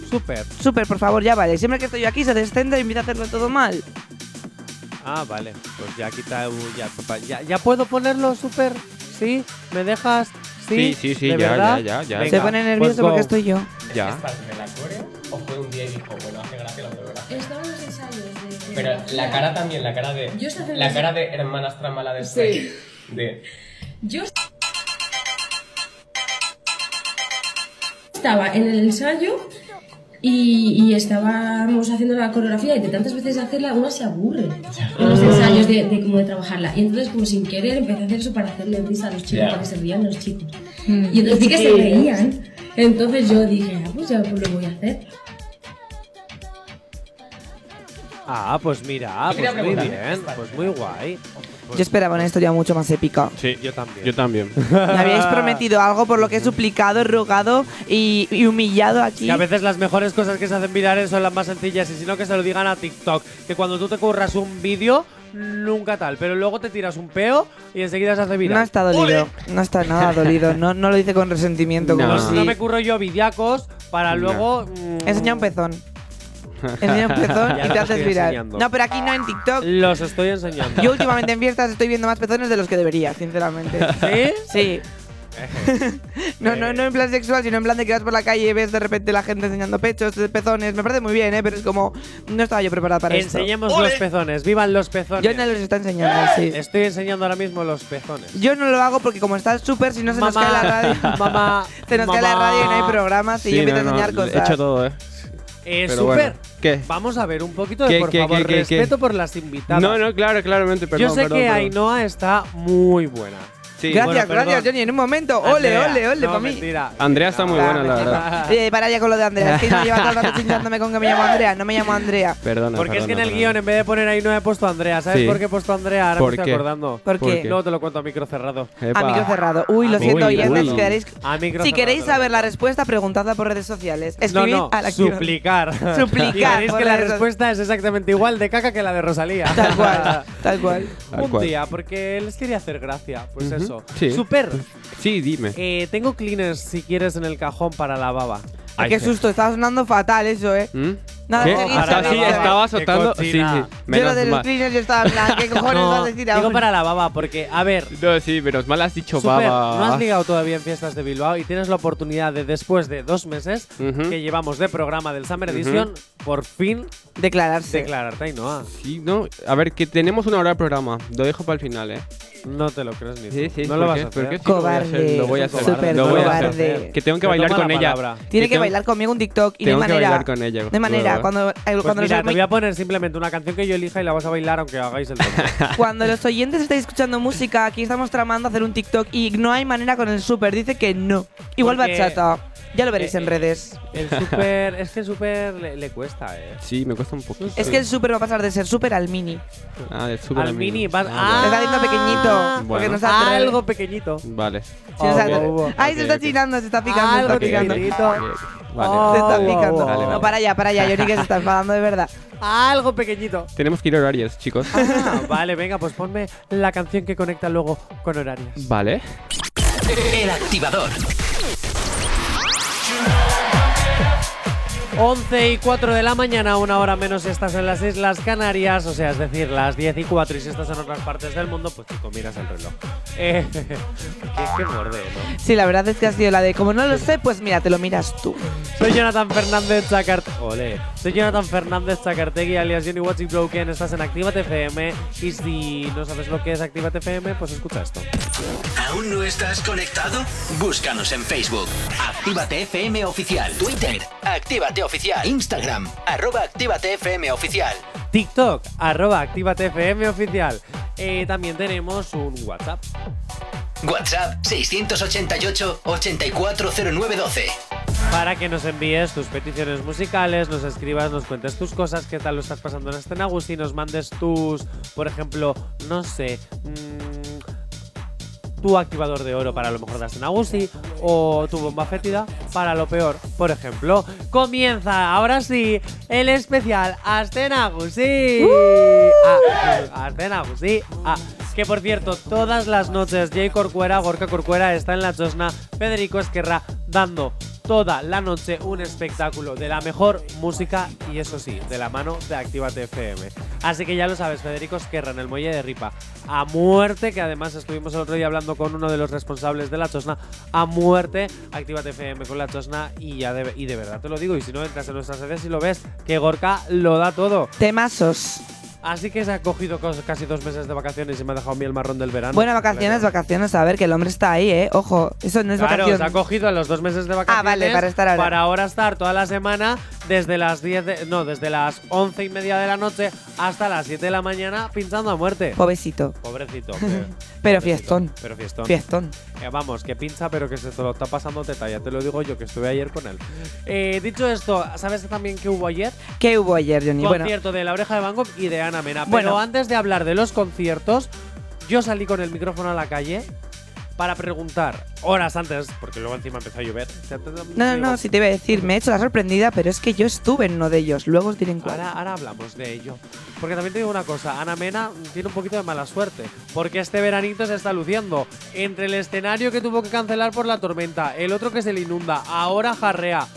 S3: Super.
S5: Súper, por favor, ya vale. Siempre que estoy yo aquí se descende y empieza a hacerlo todo mal.
S3: Ah, vale. Pues ya quita. uh, Ya, papá, ya, ya puedo ponerlo, Super. ¿Sí? ¿Me dejas? Sí,
S4: Sí, sí, sí,
S3: ¿De
S4: ya,
S3: verdad?
S4: ya, ya, ya.
S5: Se
S3: Venga,
S5: pone
S3: pues
S5: nervioso
S3: go.
S5: porque estoy yo.
S4: Ya.
S9: Estaban los ensayos de.
S10: Pero la cara también, la cara de.
S9: Yo sé hacer
S10: La
S9: eso.
S10: cara de hermanas mala de este,
S9: Sí.
S10: De.
S9: Yo estaba en el ensayo y, y estábamos haciendo la coreografía y de tantas veces hacerla una se aburre en los ensayos de, de como de trabajarla. Y entonces como sin querer empecé a hacer eso para hacerle risa a los chicos,
S10: Ya.
S9: para que se rían los chicos. Y entonces vi que se reían. Entonces yo dije, ah, pues ya pues lo voy a hacer.
S3: Ah, pues mira,
S10: Yo quería
S3: pues muy
S10: preguntar,
S3: bien, pues muy guay. Pues
S5: Yo esperaba una historia mucho más épica.
S4: Sí,
S3: yo también.
S4: Yo también.
S5: Me habíais prometido algo por lo que he suplicado, rogado y, y humillado aquí.
S3: que a veces las mejores cosas que se hacen virales son las más sencillas y si no que se lo digan a TikTok. Que cuando tú te curras un vídeo, nunca tal, pero luego te tiras un peo y enseguida se hace viral.
S5: No está dolido, no está nada dolido, no, no lo dice con resentimiento,
S4: No.
S5: como
S3: No,
S5: si...
S3: no me curro yo vidacos para
S4: No.
S3: luego... mm,
S5: Enseña un pezón. Enseña un pezón
S3: Ya
S5: y
S3: los
S5: te haces
S3: estoy
S5: viral.
S3: enseñando.
S5: No, pero aquí no en TikTok.
S3: Los estoy enseñando.
S5: Yo últimamente en fiestas estoy viendo más pezones de los que debería, sinceramente.
S3: ¿Sí?
S5: Sí. No, no, no en plan sexual, sino en plan de que vas por la calle y ves de repente la gente enseñando pechos, pezones. Me parece muy bien, ¿eh? Pero es como, no estaba yo preparada para esto.
S3: Enseñemos los pezones, vivan los pezones.
S5: Yo no los está enseñando, sí.
S3: Estoy enseñando ahora mismo los pezones.
S5: Yo no lo hago porque como está el súper, si no se nos
S3: Mamá,
S5: cae la radio.
S3: mamá,
S5: se nos cae la
S3: mamá.
S5: radio y no hay programas y
S4: Sí,
S5: Ah, yo empiezo
S4: no,
S5: a enseñar
S4: no,
S5: cosas.
S4: He hecho todo, ¿eh?
S3: Eh,
S4: Pero
S3: super.
S4: bueno. ¿Qué?
S3: Vamos a ver un poquito de
S4: ¿Qué,
S3: por
S4: qué,
S3: favor
S4: qué, qué, qué?
S3: respeto por las invitadas.
S4: No, no, claro, claramente, perdón.
S3: Yo sé
S4: perdón,
S3: que
S4: perdón.
S3: Ainhoa está muy buena.
S4: Sí.
S5: Gracias,
S3: Bueno, perdón.
S5: gracias, Johnny. En un momento. Ole,
S3: Andrea,
S5: ole, ole,
S3: no,
S5: para mí.
S3: mentira.
S4: Andrea está muy
S5: Ah,
S4: buena, la
S5: mentira.
S4: verdad.
S5: Eh, para ya con lo de Andrea. Es que no lleva todo el rato chingándome con que me llamo Andrea. No me llamo Andrea.
S4: Perdona,
S3: Porque es que en
S4: perdona,
S3: el
S4: perdona.
S3: guión, en vez de poner Ainhoa, he puesto Andrea. ¿Sabes
S4: Sí.
S3: por qué he puesto Andrea? Ahora
S4: ¿Por
S3: me estoy
S4: qué?
S3: acordando.
S5: ¿Por qué?
S4: qué?
S3: Luego te lo cuento a micro cerrado.
S4: Epa.
S5: A micro cerrado. Uy, lo
S3: A
S5: siento,
S4: micro
S5: oyentes.
S4: cerrado.
S5: quedaréis-
S3: A micro
S5: Si
S3: cerrado
S5: queréis
S3: te lo
S5: saber la
S3: cuento.
S5: respuesta, preguntadla por redes sociales.
S3: No,
S5: Escribid
S3: no,
S5: a la
S3: suplicar.
S5: Suplicar
S3: Y veréis
S5: por
S3: que la
S5: redes-
S3: respuesta es exactamente igual de caca que la de Rosalía.
S5: Tal cual, tal cual.
S4: Tal
S3: Un
S4: cual.
S3: día, porque les quería hacer gracia. Pues
S4: Ujú,
S3: eso.
S4: sí.
S3: Super.
S4: Sí, dime.
S3: eh, tengo cleaners, si quieres, en el cajón para la baba.
S5: Ay, qué susto, estaba sonando fatal eso, eh.
S4: ¿Mm?
S5: Nada,
S4: ¿Qué?
S5: seguid,
S4: Hasta
S5: seguid,
S4: sí,
S5: seguid.
S4: estaba
S3: Qué
S4: azotando. Sí, sí.
S3: cochina.
S5: Yo lo
S4: Menos
S5: de los
S4: mal.
S5: cleaners yo estaba en plan, ¿qué cojones
S3: No,
S5: vas a decir ahora?
S3: digo para la baba, porque, a ver,
S4: No, sí, menos mal has dicho
S3: Super,
S4: baba.
S3: no has ligado todavía en fiestas de Bilbao y tienes la oportunidad de, después de dos meses
S4: Ujú.
S3: que llevamos de programa del Summer Edition, por fin
S5: Declararse.
S3: declararte Ainhoa.
S4: Sí, no. A ver, que tenemos una hora de programa. Lo dejo para el final, ¿eh?
S3: No te lo crees ni tú.
S4: Sí, sí.
S3: no lo
S4: ¿por
S3: vas
S4: qué?
S3: a hacer.
S4: ¿Por qué sí lo voy a
S5: Cobarde.
S4: hacer? Lo voy a
S3: Es un
S4: hacer.
S5: Súper
S4: Lo voy a hacer.
S5: cobarde.
S4: Que tengo que
S3: Pero
S4: bailar
S3: toma
S4: con
S3: la
S4: ella.
S3: palabra.
S5: Tiene que
S4: tengo-
S5: bailar conmigo un TikTok y no hay
S4: Tengo que
S5: manera.
S4: bailar con ella,
S5: No hay manera.
S4: luego.
S5: Cuando, eh,
S3: Pues
S5: cuando,
S3: mira,
S5: los
S3: te voy
S5: oyentes-
S3: a poner simplemente una canción que yo elija y la vas a bailar aunque hagáis el tonto.
S5: cuando los oyentes estáis escuchando música, aquí estamos tramando hacer un TikTok y no hay manera con el super. Dice que no. Igual
S3: Porque-
S5: bachata. Ya lo veréis
S3: Eh,
S5: en
S3: eh,
S5: redes.
S3: El super, es que el super le, le cuesta, eh.
S4: Sí, me cuesta un poquito.
S5: Es que el super va a pasar de ser super al mini.
S4: Ah, del super
S3: Al mini, vas,
S5: Te
S3: ah,
S5: está diciendo pequeñito. Porque
S4: Bueno.
S5: no se atreve.
S3: algo pequeñito.
S4: Vale.
S5: Sí, no se atreve.
S3: Oh, oh, oh.
S5: Ay,
S4: Ok,
S5: se está
S4: ok.
S5: chinando, se está picando, se
S3: Algo
S5: está picando.
S3: pequeñito.
S4: Ok, Vale.
S3: Oh.
S5: Se está
S3: Wow,
S5: picando.
S3: wow,
S4: wow.
S5: No, para allá, para allá, Johnny, que se está enfadando de verdad.
S3: Algo pequeñito.
S4: Tenemos que ir a horarios, chicos.
S3: Ah, vale, venga, pues ponme la canción que conecta luego con horarios.
S4: Vale.
S2: El activador.
S3: 11 y 4 de la mañana, una hora menos si estás en las Islas Canarias, o sea, es decir, las 10 y 4 y si estás en otras partes del mundo, pues chico, miras el reloj. Eh, que es que morde, ¿no?
S5: Sí, la verdad es que ha sido la de como no lo sé, pues mira, te lo miras tú.
S3: Soy Jonathan Fernández Chacartegui. Ole. Soy Jonathan Fernández Chacartegui, alias Johnny Watching Broken. Estás en Activa TFM. Y si no sabes lo que es Activa TFM, pues escucha esto.
S2: ¿Aún no estás conectado? Búscanos en Facebook. Actívate FM Oficial. Twitter. Actívate Oficial. Instagram. Arroba Actívate FM Oficial.
S3: TikTok, arroba Activa TFM oficial. Eh, también tenemos un WhatsApp.
S2: WhatsApp 688 840912.
S3: para que nos envíes tus peticiones musicales, nos escribas, nos cuentes tus cosas, qué tal lo estás pasando en este Nagus y nos mandes tus, por ejemplo, no sé, mm, tu activador de oro para lo mejor de Astenagusi o tu bomba fétida para lo peor, por ejemplo. Comienza ahora sí el especial Astenagusi. Ah, Astenagusi. Ah, que por cierto, todas las noches Jay Corcuera, Gorka Corcuera está en la chosna, Federico Esquerra dando toda la noche un espectáculo de la mejor música y eso sí, de la mano de Actívate FM. Así que ya lo sabes, Federico Esquerra en el Muelle de Ripa, a muerte, que además estuvimos el otro día hablando con uno de los responsables de la Chosna, a muerte, Actívate FM con la Chosna y ya de, y de verdad te lo digo, y si no entras en nuestras redes y lo ves, que Gorka lo da todo.
S5: Temazos.
S3: Así que se ha cogido cos- casi dos meses de vacaciones y me ha dejado a mí el marrón del verano.
S5: Buenas vacaciones, vacaciones. A ver, que el hombre está ahí, ¿eh? Ojo, eso no es
S3: Claro,
S5: vacación.
S3: se ha cogido a los dos meses de vacaciones.
S5: Ah, vale, para estar ahora.
S3: Para ahora estar toda la semana desde las 10 de- no, desde las 11 y media de la noche hasta las 7 de la mañana pinchando a muerte.
S5: Pobrecito.
S3: Pobrecito. que-
S5: Pero
S3: pobrecito,
S5: fiestón.
S3: Pero fiestón.
S5: Fiestón.
S3: Eh, vamos, que pincha, pero que se te lo está pasando teta. Ya te lo digo yo, que estuve ayer con él. Eh, dicho esto, ¿sabes también qué hubo ayer?
S5: ¿Qué hubo ayer, Johnny? Bueno,
S3: concierto de La Oreja de Van Gogh y de Ana Mena. Pero
S5: Bueno.
S3: antes de hablar de los conciertos, yo salí con el micrófono a la calle para preguntar horas antes, porque luego encima empezó a llover.
S5: no, no, no, si te iba a decir, me he hecho la sorprendida, pero es que yo estuve en uno de ellos. Luego os diré en cuál.
S3: Ahora, ahora hablamos de ello. Porque también te digo una cosa, Ana Mena tiene un poquito de mala suerte, porque este veranito se está luciendo. Entre el escenario que tuvo que cancelar por la tormenta, el otro que se le inunda, ahora jarrea.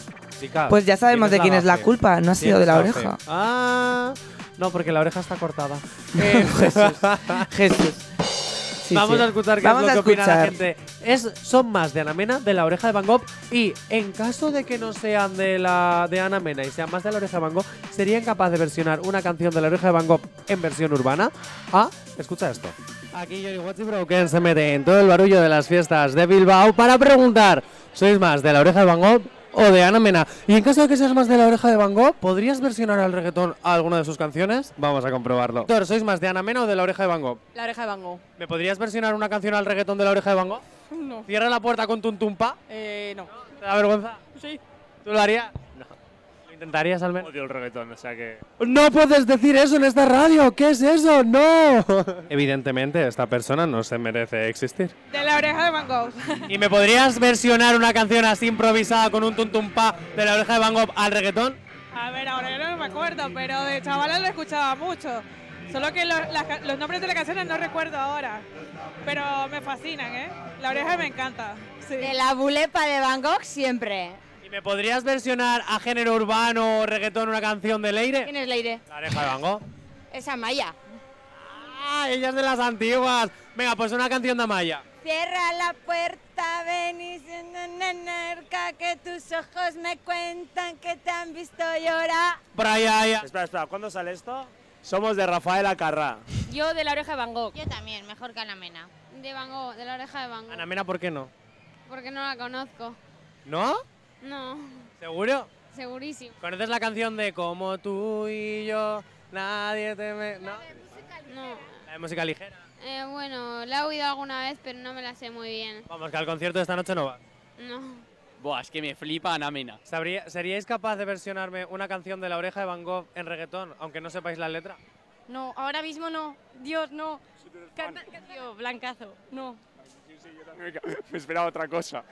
S3: chica.
S5: Pues ya sabemos de
S3: Tienes
S5: quién es la
S3: gafe.
S5: culpa, no ha sido de la
S3: Tienes
S5: oreja.
S3: gafe. Ah, no, porque la oreja está cortada. Eh, Jesús.
S5: Jesús.
S3: Vamos
S5: sí.
S3: a escuchar qué
S5: Vamos
S3: es lo
S5: a
S3: que opina la
S5: escuchar.
S3: gente. Es, son más de Ana Mena, de la oreja de Van Gogh. Y en caso de que no sean de, la, de Ana Mena y sean más de la oreja de Van Gogh, serían capaces de versionar una canción de la oreja de Van Gogh en versión urbana. Ah, escucha esto. Aquí Johnny Watson Broken se mete en todo el barullo de las fiestas de Bilbao para preguntar: ¿sois más de la oreja de Van Gogh o de Ana Mena? Y en caso de que seas más de la oreja de Van Gogh, ¿podrías versionar al reggaetón alguna de sus canciones? Vamos a comprobarlo. Doctor, ¿sois más de Ana Mena o de la oreja de Van Gogh?
S11: La oreja de Van Gogh.
S3: ¿Me podrías versionar una canción al reggaetón de la oreja de Van Gogh?
S11: No.
S3: Cierra la puerta con tuntumpa.
S11: Eh, no.
S3: ¿Te da vergüenza?
S11: Sí.
S3: ¿Tú lo harías? No. ¿Lo intentarías al menos?
S12: Odio el reggaetón, o sea que.
S3: No puedes decir eso en esta radio. ¿Qué es eso? No. Evidentemente, esta persona no se merece existir.
S13: De la oreja de Van Gogh.
S3: ¿Y me podrías versionar una canción así improvisada con un tuntumpa de la oreja de Van Gogh al reggaetón?
S13: A ver, ahora yo no me acuerdo, pero de chavala lo escuchaba mucho. Solo que lo- las ca- los nombres de las canciones no recuerdo ahora. Pero me fascinan, ¿eh? La oreja me encanta.
S14: De la bulepa de Van Gogh siempre.
S3: ¿Y me podrías versionar a género urbano o reggaetón una canción de Leire?
S14: ¿Quién es Leire?
S3: La oreja de Van Gogh.
S14: Esa Maya.
S3: Ah, ella es de las antiguas. Venga, pues una canción de Amaya.
S14: Cierra la puerta, ven y siéntate cerca que tus ojos me cuentan que te han visto llorar.
S12: Espera, espera, ¿cuándo sale esto? Somos de Rafael Acarrá.
S15: Yo de la oreja de Van Gogh. Yo también, mejor que Ana Mena. De Van Gogh, de la oreja de Van Gogh.
S3: Ana Mena, ¿por qué no?
S15: Porque no la conozco.
S3: ¿No?
S15: No,
S3: ¿Seguro?
S15: segurísimo.
S3: ¿Conoces la canción de Como tú y yo, nadie te me... No,
S15: No.
S3: la de música ligera.
S15: Eh, bueno, la he oído alguna vez, pero no me la sé muy bien.
S3: Vamos, que al concierto de esta noche no va.
S15: No.
S16: Buah, es que me flipa Ana Mena.
S3: ¿Sabría- ¿Seríais capaz de versionarme una canción de La Oreja de Van Gogh en reggaetón, aunque no sepáis la letra?
S11: No, ahora mismo no. Dios, no. Canta, tío, blancazo. No.
S12: Me esperaba otra cosa.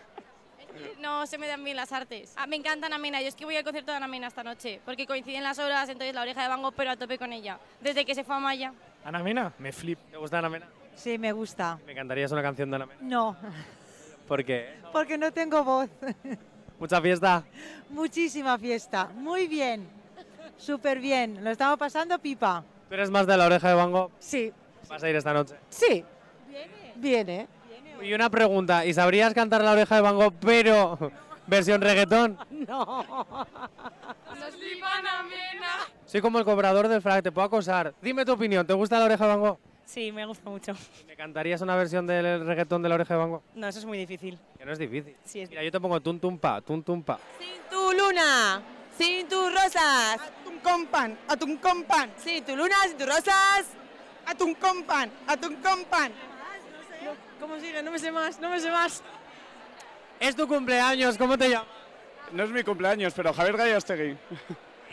S11: No se me dan bien las artes. Ah, me encanta Ana Mena. Yo es que voy al concierto de Ana Mena esta noche. Porque coinciden las horas, entonces la oreja de Van Gogh, pero a tope con ella. Desde que se fue a Maya.
S3: ¿Ana Mena? Me flip. ¿Te gusta Ana Mena?
S17: Sí, me gusta.
S3: Me encantaría es una canción de Ana Mena.
S17: No,
S3: ¿Por qué?
S17: porque no tengo voz.
S3: Mucha fiesta.
S17: Muchísima fiesta. Muy bien. Súper bien. Lo estamos pasando pipa.
S3: ¿Tú eres más de La Oreja de Van Gogh?
S17: Sí.
S3: ¿Vas a ir esta noche?
S17: Sí. Viene. Viene.
S3: Y una pregunta, ¿y sabrías cantar La Oreja de Van Gogh, pero versión reggaetón?
S17: No.
S11: Nos flipan a Mena.
S3: Soy como el cobrador del frac, te puedo acosar. Dime tu opinión, ¿te gusta La Oreja de Van Gogh?
S11: Sí, me gusta mucho.
S3: ¿Me cantarías una versión del reggaetón de La Oreja de Van Gogh?
S11: No, eso es muy difícil.
S3: Que no es difícil.
S11: Sí, es
S3: Mira, yo te pongo tuntumpa, tuntumpa.
S13: Tu luna, sin tus rosas. A tu compan, a tu compan. Sin tu luna, sin tus rosas. A tu compan, a tu compan.
S11: ¿Cómo sigue? No me sé más, no me sé más.
S3: Es tu cumpleaños, ¿cómo te llamas?
S12: No es mi cumpleaños, pero Javier Gallastegui. eh,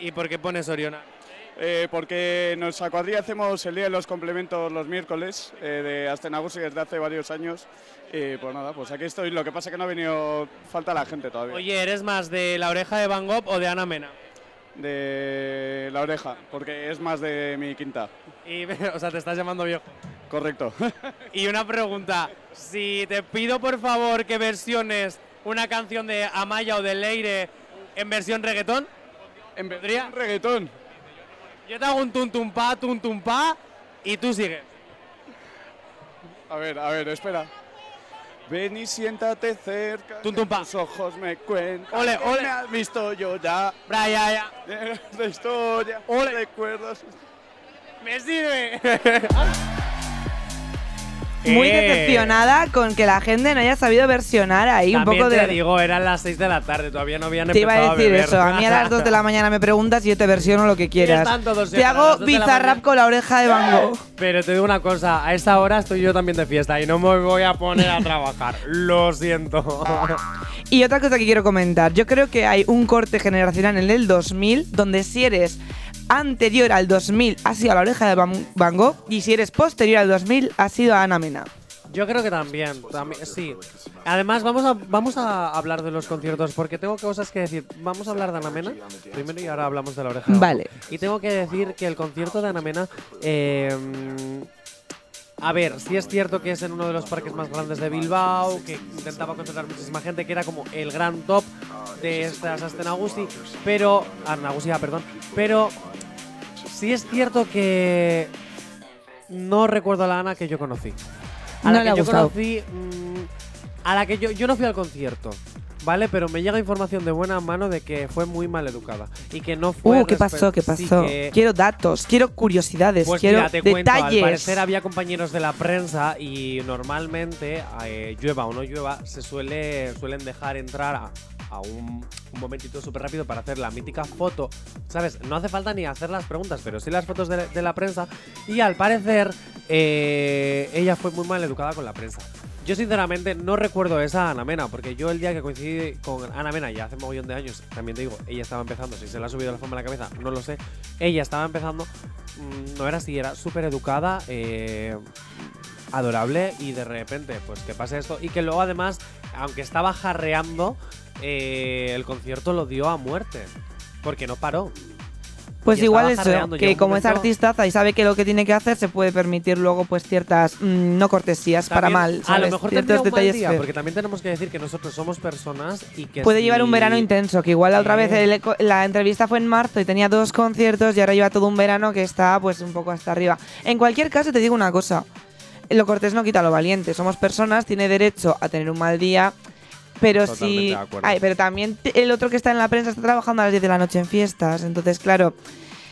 S3: ¿Y por qué pones Oriona?
S12: porque en nuestra cuadrilla hacemos el día de los complementos los miércoles eh, de Astenagusi desde hace varios años. Y pues nada, pues aquí estoy. Lo que pasa es que no ha venido. Falta la gente todavía.
S3: Oye, ¿eres más de La Oreja de Van Gogh o de Ana Mena?
S12: De la oreja, porque es más de mi quinta.
S3: Y, o sea, te estás llamando viejo.
S12: Correcto.
S3: Y una pregunta, si te pido por favor que versiones una canción de Amaya o de Leire en versión reggaetón,
S12: ¿en
S3: versión
S12: reggaetón?
S3: Yo te hago un tuntumpa, tuntumpa y tú sigues.
S12: A ver, a ver, espera. Ven y siéntate cerca. Tuntumpa. Tus ojos me cuentan.
S3: Ole,
S12: que
S3: ole.
S12: Me has visto yo ya.
S3: Bra, ya, ya.
S12: La historia. Recuerdas.
S3: ¡Me sirve!
S5: Muy
S3: Eh.
S5: decepcionada con que la gente no haya sabido versionar ahí un
S3: También
S5: poco
S3: te
S5: de.
S3: digo, eran las 6 de la tarde, todavía no habían
S5: Te iba
S3: empezado
S5: a decir
S3: beber.
S5: eso. A mí a las 2 de la mañana me preguntas y yo te versiono lo que quieras.
S3: están todos
S5: Te
S3: siempre a las
S5: hago
S3: 2 de la
S5: bizarrap
S3: mañana.
S5: con la oreja de Van Gogh.
S3: Pero te digo una cosa, a esta hora estoy yo también de fiesta y no me voy a poner a trabajar. Lo siento.
S5: Y otra cosa que quiero comentar, yo creo que hay un corte generacional en el 2000 donde si eres anterior al 2000 ha sido a la oreja de Van Van Gogh y si eres posterior al 2000 ha sido a Ana Mena.
S3: Yo creo que también, también- sí. Además, vamos a, vamos a hablar de los conciertos porque tengo cosas que decir. Vamos a hablar de Ana Mena primero y ahora hablamos de la oreja.
S5: Vale.
S3: Y tengo que decir que el concierto de Ana Mena. eh, a ver, sí es cierto que es en uno de los parques más grandes de Bilbao, que intentaba concentrar muchísima gente, que era como el gran top, de estas Astenagusi, pero. Arnagusi, ah, perdón. Pero sí es cierto que. No recuerdo a la Ana que yo conocí. A
S5: No
S3: la
S5: le ha
S3: que yo
S5: gustado.
S3: conocí. mm, a la que yo. Yo no fui al concierto. ¿Vale? Pero me llega información de buena mano de que fue muy mal educada. Y que no fue.
S5: Uh, ¿qué pasó? ¿Qué
S3: respe- sí,
S5: pasó?
S3: que-
S5: Quiero datos, quiero curiosidades,
S3: pues
S5: quiero
S3: mira, te
S5: detalles.
S3: cuento, al parecer había compañeros de la prensa y normalmente, eh, llueva o no llueva, se suele, suelen dejar entrar a, a un, un momentito súper rápido para hacer la mítica foto. ¿Sabes? No hace falta ni hacer las preguntas, pero sí las fotos de, de la prensa. Y al parecer, eh, ella fue muy mal educada con la prensa. Yo sinceramente no recuerdo esa Ana Mena, porque yo el día que coincidí con Ana Mena, ya hace mogollón de años, también te digo, ella estaba empezando, si se le ha subido la fama a la cabeza, no lo sé, ella estaba empezando, mm, no era así, era súper educada, eh, adorable, y de repente, pues que pase esto, y que luego además, aunque estaba jarreando, eh, el concierto lo dio a muerte, porque no paró.
S5: Pues
S3: Y
S5: igual
S3: estaba
S5: eso,
S3: jarreando, llegó
S5: que
S3: un
S5: como es
S3: momento-
S5: artistaza y sabe que lo que tiene que hacer, se puede permitir luego pues ciertas mm, no cortesías para
S3: También,
S5: mal.
S3: A
S5: ¿sabes?
S3: lo
S5: Ciertos
S3: mejor tendría un mal
S5: detalles
S3: día,
S5: feos.
S3: porque también tenemos que decir que nosotros somos personas y que
S5: Puede llevar un
S3: si-
S5: verano intenso, que igual la otra vez
S3: Eh.
S5: el eco- la entrevista fue en marzo y tenía dos conciertos y ahora lleva todo un verano que está pues un poco hasta arriba. En cualquier caso te digo una cosa, lo cortés no quita lo valiente, somos personas, tiene derecho a tener un mal día, pero
S3: Totalmente
S5: si...
S3: de acuerdo.
S5: Ay, pero también te- el otro que está en la prensa está trabajando a las 10 de la noche en fiestas, entonces claro,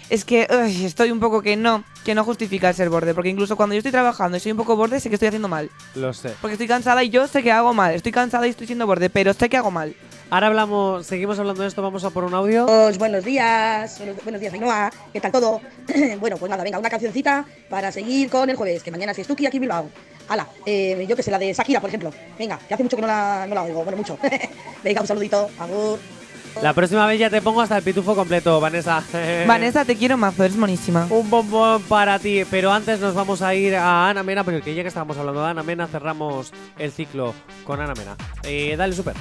S5: es que uy, estoy un poco que no, que no justifica el ser borde, porque incluso cuando yo estoy trabajando y soy un poco borde sé que estoy haciendo mal.
S3: Lo sé.
S5: Porque estoy cansada y yo sé que hago mal. Estoy cansada y estoy siendo borde, pero sé que hago mal.
S3: Ahora hablamos, seguimos hablando de esto, vamos a por un audio.
S18: Pues, buenos días, buenos, buenos días Ainhoa, ¿qué tal todo? bueno, pues nada, venga, una cancioncita para seguir con el jueves, que mañana es Fiestuki aquí en Bilbao. Hala, eh, yo que sé, la de Shakira, por ejemplo. Venga, que hace mucho que no la, no la oigo, bueno, mucho. venga, un saludito, agur.
S3: La próxima vez ya te pongo hasta el pitufo completo, Vanessa.
S5: Vanessa, te quiero mazo, eres monísima.
S3: Un bombón para ti, pero antes nos vamos a ir a Ana Mena, porque ya que estábamos hablando de Ana Mena, cerramos el ciclo con Ana Mena. Eh, dale, super.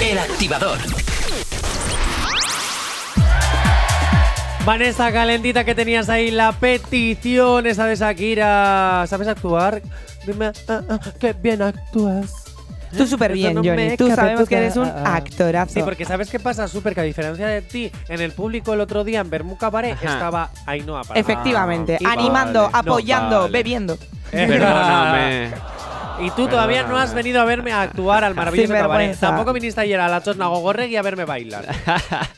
S2: El activador.
S3: Vanessa, calentita que tenías ahí, la petición esa de Shakira. ¿Sabes actuar? Dime, ah, ah, que bien actúas.
S5: Tú súper
S3: Eso
S5: bien,
S3: no
S5: Johnny.
S3: me
S5: Tú
S3: cabe
S5: sabemos que
S3: duda.
S5: eres un
S3: Ah, ah.
S5: actorazo.
S3: Sí, porque ¿sabes qué pasa, Super? Que a diferencia de ti, en el público el otro día en Bermú Cabaret
S5: Ajá.
S3: estaba Ainhoa Ah, para
S5: Efectivamente, animando, apoyando, bebiendo.
S4: Perdóname.
S3: Y tú todavía no has
S4: Perdóname.
S3: venido a verme actuar al maravilloso cabaret.
S4: Sinvergüenza.
S3: Tampoco viniste ayer a la Chosna Gogorregui a verme bailar.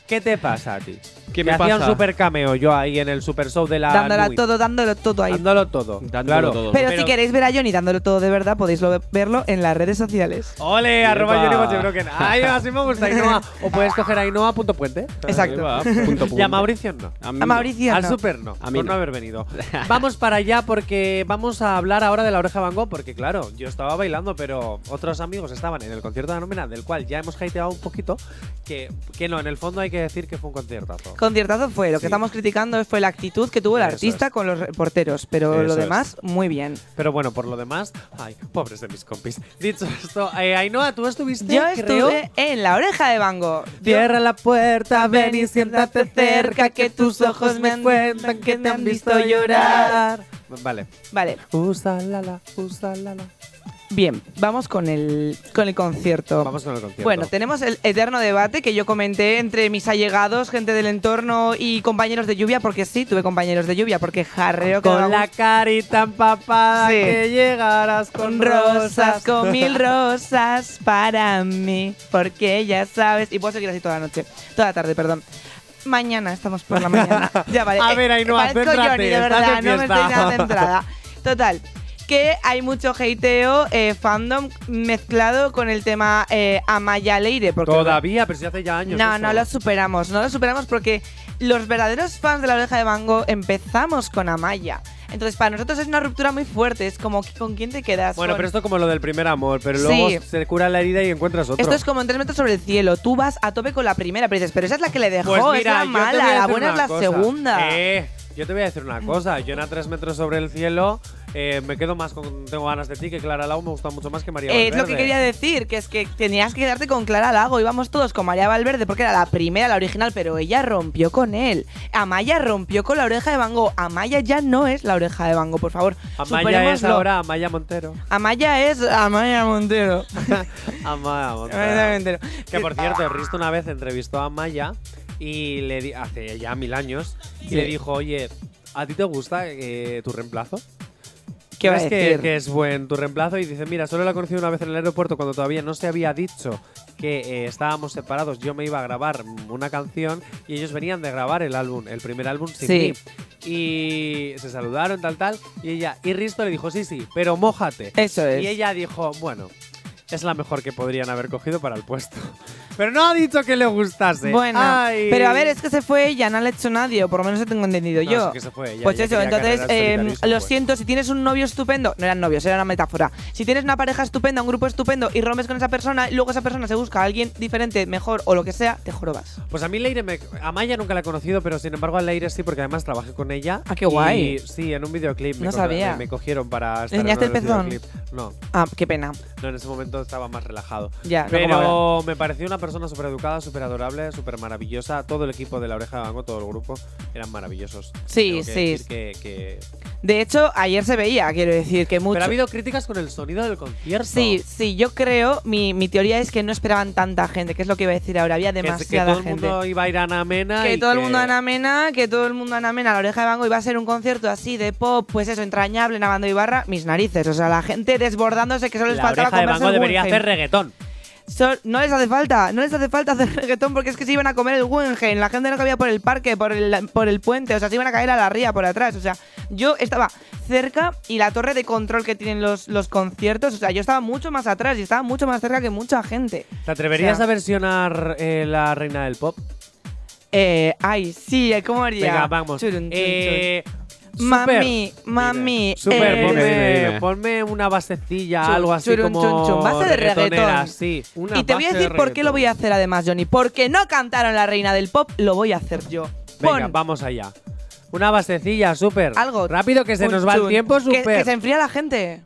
S3: ¿Qué te pasa a ti?
S4: ¿Qué
S3: me
S4: me
S3: hacía un
S4: pasa?
S3: super cameo yo ahí en el super show de la
S5: Dándolo
S3: Nui.
S5: todo, dándolo todo ahí.
S3: Dándolo todo. claro.
S5: Pero, si queréis ver a Johnny dándolo todo de verdad, podéis lo- verlo en las redes sociales.
S3: Ole, arroba
S5: Epa.
S3: Johnny Bochebroken. Ay, así me gusta Ainhoa. O puedes coger Ainhoa.puente.
S5: Exacto. Epa, punto
S3: Y a
S5: puente.
S3: Mauricio no.
S5: A mí A no. Mauricio
S3: Al
S5: no.
S3: Super no.
S4: A mí
S3: por no
S4: no.
S3: haber venido. Vamos para allá porque vamos a hablar ahora de la oreja Van Gogh. Porque claro, yo estaba bailando, pero otros amigos estaban en el concierto de la nómina, del cual ya hemos hateado un poquito. Que, que no, en el fondo hay que decir que fue un conciertazo.
S5: Conciertazo fue, lo
S3: Sí.
S5: que estamos criticando fue la actitud que tuvo el
S3: Eso
S5: artista
S3: es.
S5: con los reporteros, pero
S3: Eso
S5: lo
S3: es.
S5: demás, muy bien.
S3: Pero bueno, por lo demás, ay, pobres de mis compis. Dicho esto, eh, Ainhoa, tú estuviste,
S5: Yo
S3: creo,
S5: estuve en la oreja de Van Gogh.
S3: Cierra la puerta, ven y siéntate cerca, que tus ojos me cuentan que te han visto llorar. Vale.
S5: Vale.
S3: Usa la la, usa la la.
S5: Bien, vamos con el, con el concierto.
S3: Vamos con el concierto.
S5: Bueno, tenemos el eterno debate que yo comenté entre mis allegados, gente del entorno y compañeros de lluvia, porque sí, tuve compañeros de lluvia, porque jarreo que
S3: con
S5: daba
S3: la
S5: gusto.
S3: carita empapada
S5: Sí.
S3: que llegarás
S5: con
S3: con
S5: rosas, con mil rosas para mí, porque ya sabes, y puedo seguir así toda la noche, toda la tarde, perdón. Mañana estamos por la mañana. ya vale.
S3: A ver, Ainhoa,
S5: parezco
S3: céntrate,
S5: Johnny, de
S3: estás
S5: verdad,
S3: en
S5: no me estoy
S3: fiesta.
S5: nada centrada. Total, que hay mucho hateo, eh, fandom mezclado con el tema eh, Amaya Leire, porque
S3: Todavía, pero si hace ya años.
S5: no,
S3: eso.
S5: no lo superamos, no lo superamos porque los verdaderos fans de la oreja de Bango empezamos con Amaya. Entonces, para nosotros es una ruptura muy fuerte, es como ¿con quién te quedas?
S3: Bueno,
S5: Con-
S3: pero esto es como lo del primer amor, pero
S5: Sí.
S3: luego se cura la herida y encuentras otro.
S5: Esto es como en tres metros sobre el cielo. Tú vas a tope con la primera, pero dices, pero esa es la que le dejó,
S3: Pues
S5: es la
S3: mira, yo te voy a
S5: mala, la
S3: decir
S5: buena es
S3: una
S5: la
S3: cosa.
S5: segunda.
S3: Eh, Yo te voy a decir una cosa, yo en A Tres Metros Sobre el Cielo eh, me quedo más con Tengo Ganas de Ti, que Clara Lau me gusta mucho más que María
S5: Eh, es
S3: Valverde.
S5: lo que quería decir, que es que tenías que quedarte con Clara Lago. Íbamos todos con María Valverde porque era la primera, la original, pero ella rompió con él. Amaya rompió con la oreja de Van Gogh. Amaya ya no es la oreja de Van Gogh, por favor.
S3: Amaya es
S5: superémoslo.
S3: ahora Amaya Montero.
S5: Amaya es Amaya Montero.
S3: Ah, Amaya Montero.
S5: Amaya Montero.
S3: Que por cierto, Risto una vez entrevistó a Amaya y le di- hace ya mil años y
S5: Sí.
S3: le dijo, oye, ¿a ti te gusta eh, tu reemplazo?
S5: ¿Qué va a
S3: ¿Crees
S5: decir?
S3: Que, que es buen tu reemplazo y dice, mira, solo la conocí una vez en el aeropuerto cuando todavía no se había dicho que eh, estábamos separados. Yo me iba a grabar una canción y ellos venían de grabar el álbum, el primer álbum sin
S5: Sí.
S3: mí. Y se saludaron, tal, tal. Y ella, y Risto le dijo, sí, sí, pero mójate.
S5: Eso es.
S3: Y ella dijo, bueno, es la mejor que podrían haber cogido para el puesto. Pero no ha dicho que le gustase.
S5: Bueno,
S3: Ay.
S5: pero a ver, es que se fue ella, no le ha hecho nadie, o por lo menos lo tengo entendido
S3: No,
S5: yo.
S3: sí que se fue ella,
S5: pues
S3: ella
S5: eso,
S3: quería
S5: entonces,
S3: carreras
S5: eh,
S3: solitarias,
S5: lo
S3: pues.
S5: siento, si tienes un novio estupendo, no eran novios, era una metáfora. Si tienes una pareja estupenda, un grupo estupendo y rompes con esa persona, y luego esa persona se busca a alguien diferente, mejor o lo que sea, te jorobas.
S3: Pues a mí Leire me... A Maya nunca la he conocido, pero sin embargo a Leire sí, porque además trabajé con ella.
S5: Ah, qué guay.
S3: Y sí, en un videoclip. me
S5: No
S3: co-
S5: sabía.
S3: Me cogieron para estar
S5: ¿Le enseñaste
S3: en uno
S5: el
S3: de los
S5: pezón?
S3: videoclips. No,
S5: Ah, qué pena.
S3: no, en ese momento estaba más relajado.
S5: Ya, no como
S3: pero me pareció una persona súper educada, súper adorable, súper maravillosa. Todo el equipo de La Oreja de Banco, todo el grupo, eran maravillosos.
S5: Sí,
S3: Tengo que
S5: sí.
S3: decir que- que-
S5: De hecho, ayer se veía, quiero decir, que mucho.
S3: Pero ha habido críticas con el sonido del concierto.
S5: Sí, sí, yo creo, mi, mi teoría es que no esperaban tanta gente, que es lo que iba a decir ahora, había
S3: Que-
S5: demasiada
S3: que, todo
S5: gente.
S3: el mundo iba a ir a Ana Mena
S5: Que
S3: y
S5: todo el mundo Ana Mena, que todo el mundo Ana Mena, la oreja de Van Gogh, iba a ser un concierto así de pop, pues eso, entrañable, Navando Ibarra, mis narices. O sea, la gente desbordándose que solo les
S3: La
S5: faltaba
S3: oreja de
S5: comerse
S3: Banco
S5: el
S3: debería
S5: Guggenheim.
S3: hacer reggaetón.
S5: So- no les hace falta, no les hace falta hacer reggaetón porque es que se iban a comer el Guggenheim, la gente no cabía por el parque, por el, por el puente, o sea, se iban a caer a la ría por atrás, o sea, yo estaba cerca y la torre de control que tienen los, los conciertos, o sea, yo estaba mucho más atrás y estaba mucho más cerca que mucha gente.
S3: ¿Te atreverías
S5: O sea-
S3: a versionar eh, La Reina del Pop?
S5: Eh, ay, sí, ¿cómo haría?
S3: Venga, vamos.
S5: Churun, churun,
S3: Eh,
S5: churun.
S3: super.
S5: mami, mami.
S3: Super,
S5: eh,
S3: ponme,
S4: Dime, dime.
S3: ponme una basecilla,
S5: Chun,
S3: algo así
S5: churun,
S3: como
S5: chun, chun. Base de
S3: reggaetonera,
S5: reggaetón.
S3: sí. Una
S5: Y te voy a
S3: base de
S5: decir por qué lo voy a hacer además, Johnny. Porque no cantaron la reina del pop, lo voy a hacer yo.
S3: reggaetón. Venga,
S5: Pon
S3: vamos allá. Una basecilla, súper.
S5: algo.
S3: Rápido que se
S5: Un
S3: nos va el
S5: chun.
S3: tiempo,
S5: Que, que
S3: súper.
S5: se enfría la gente.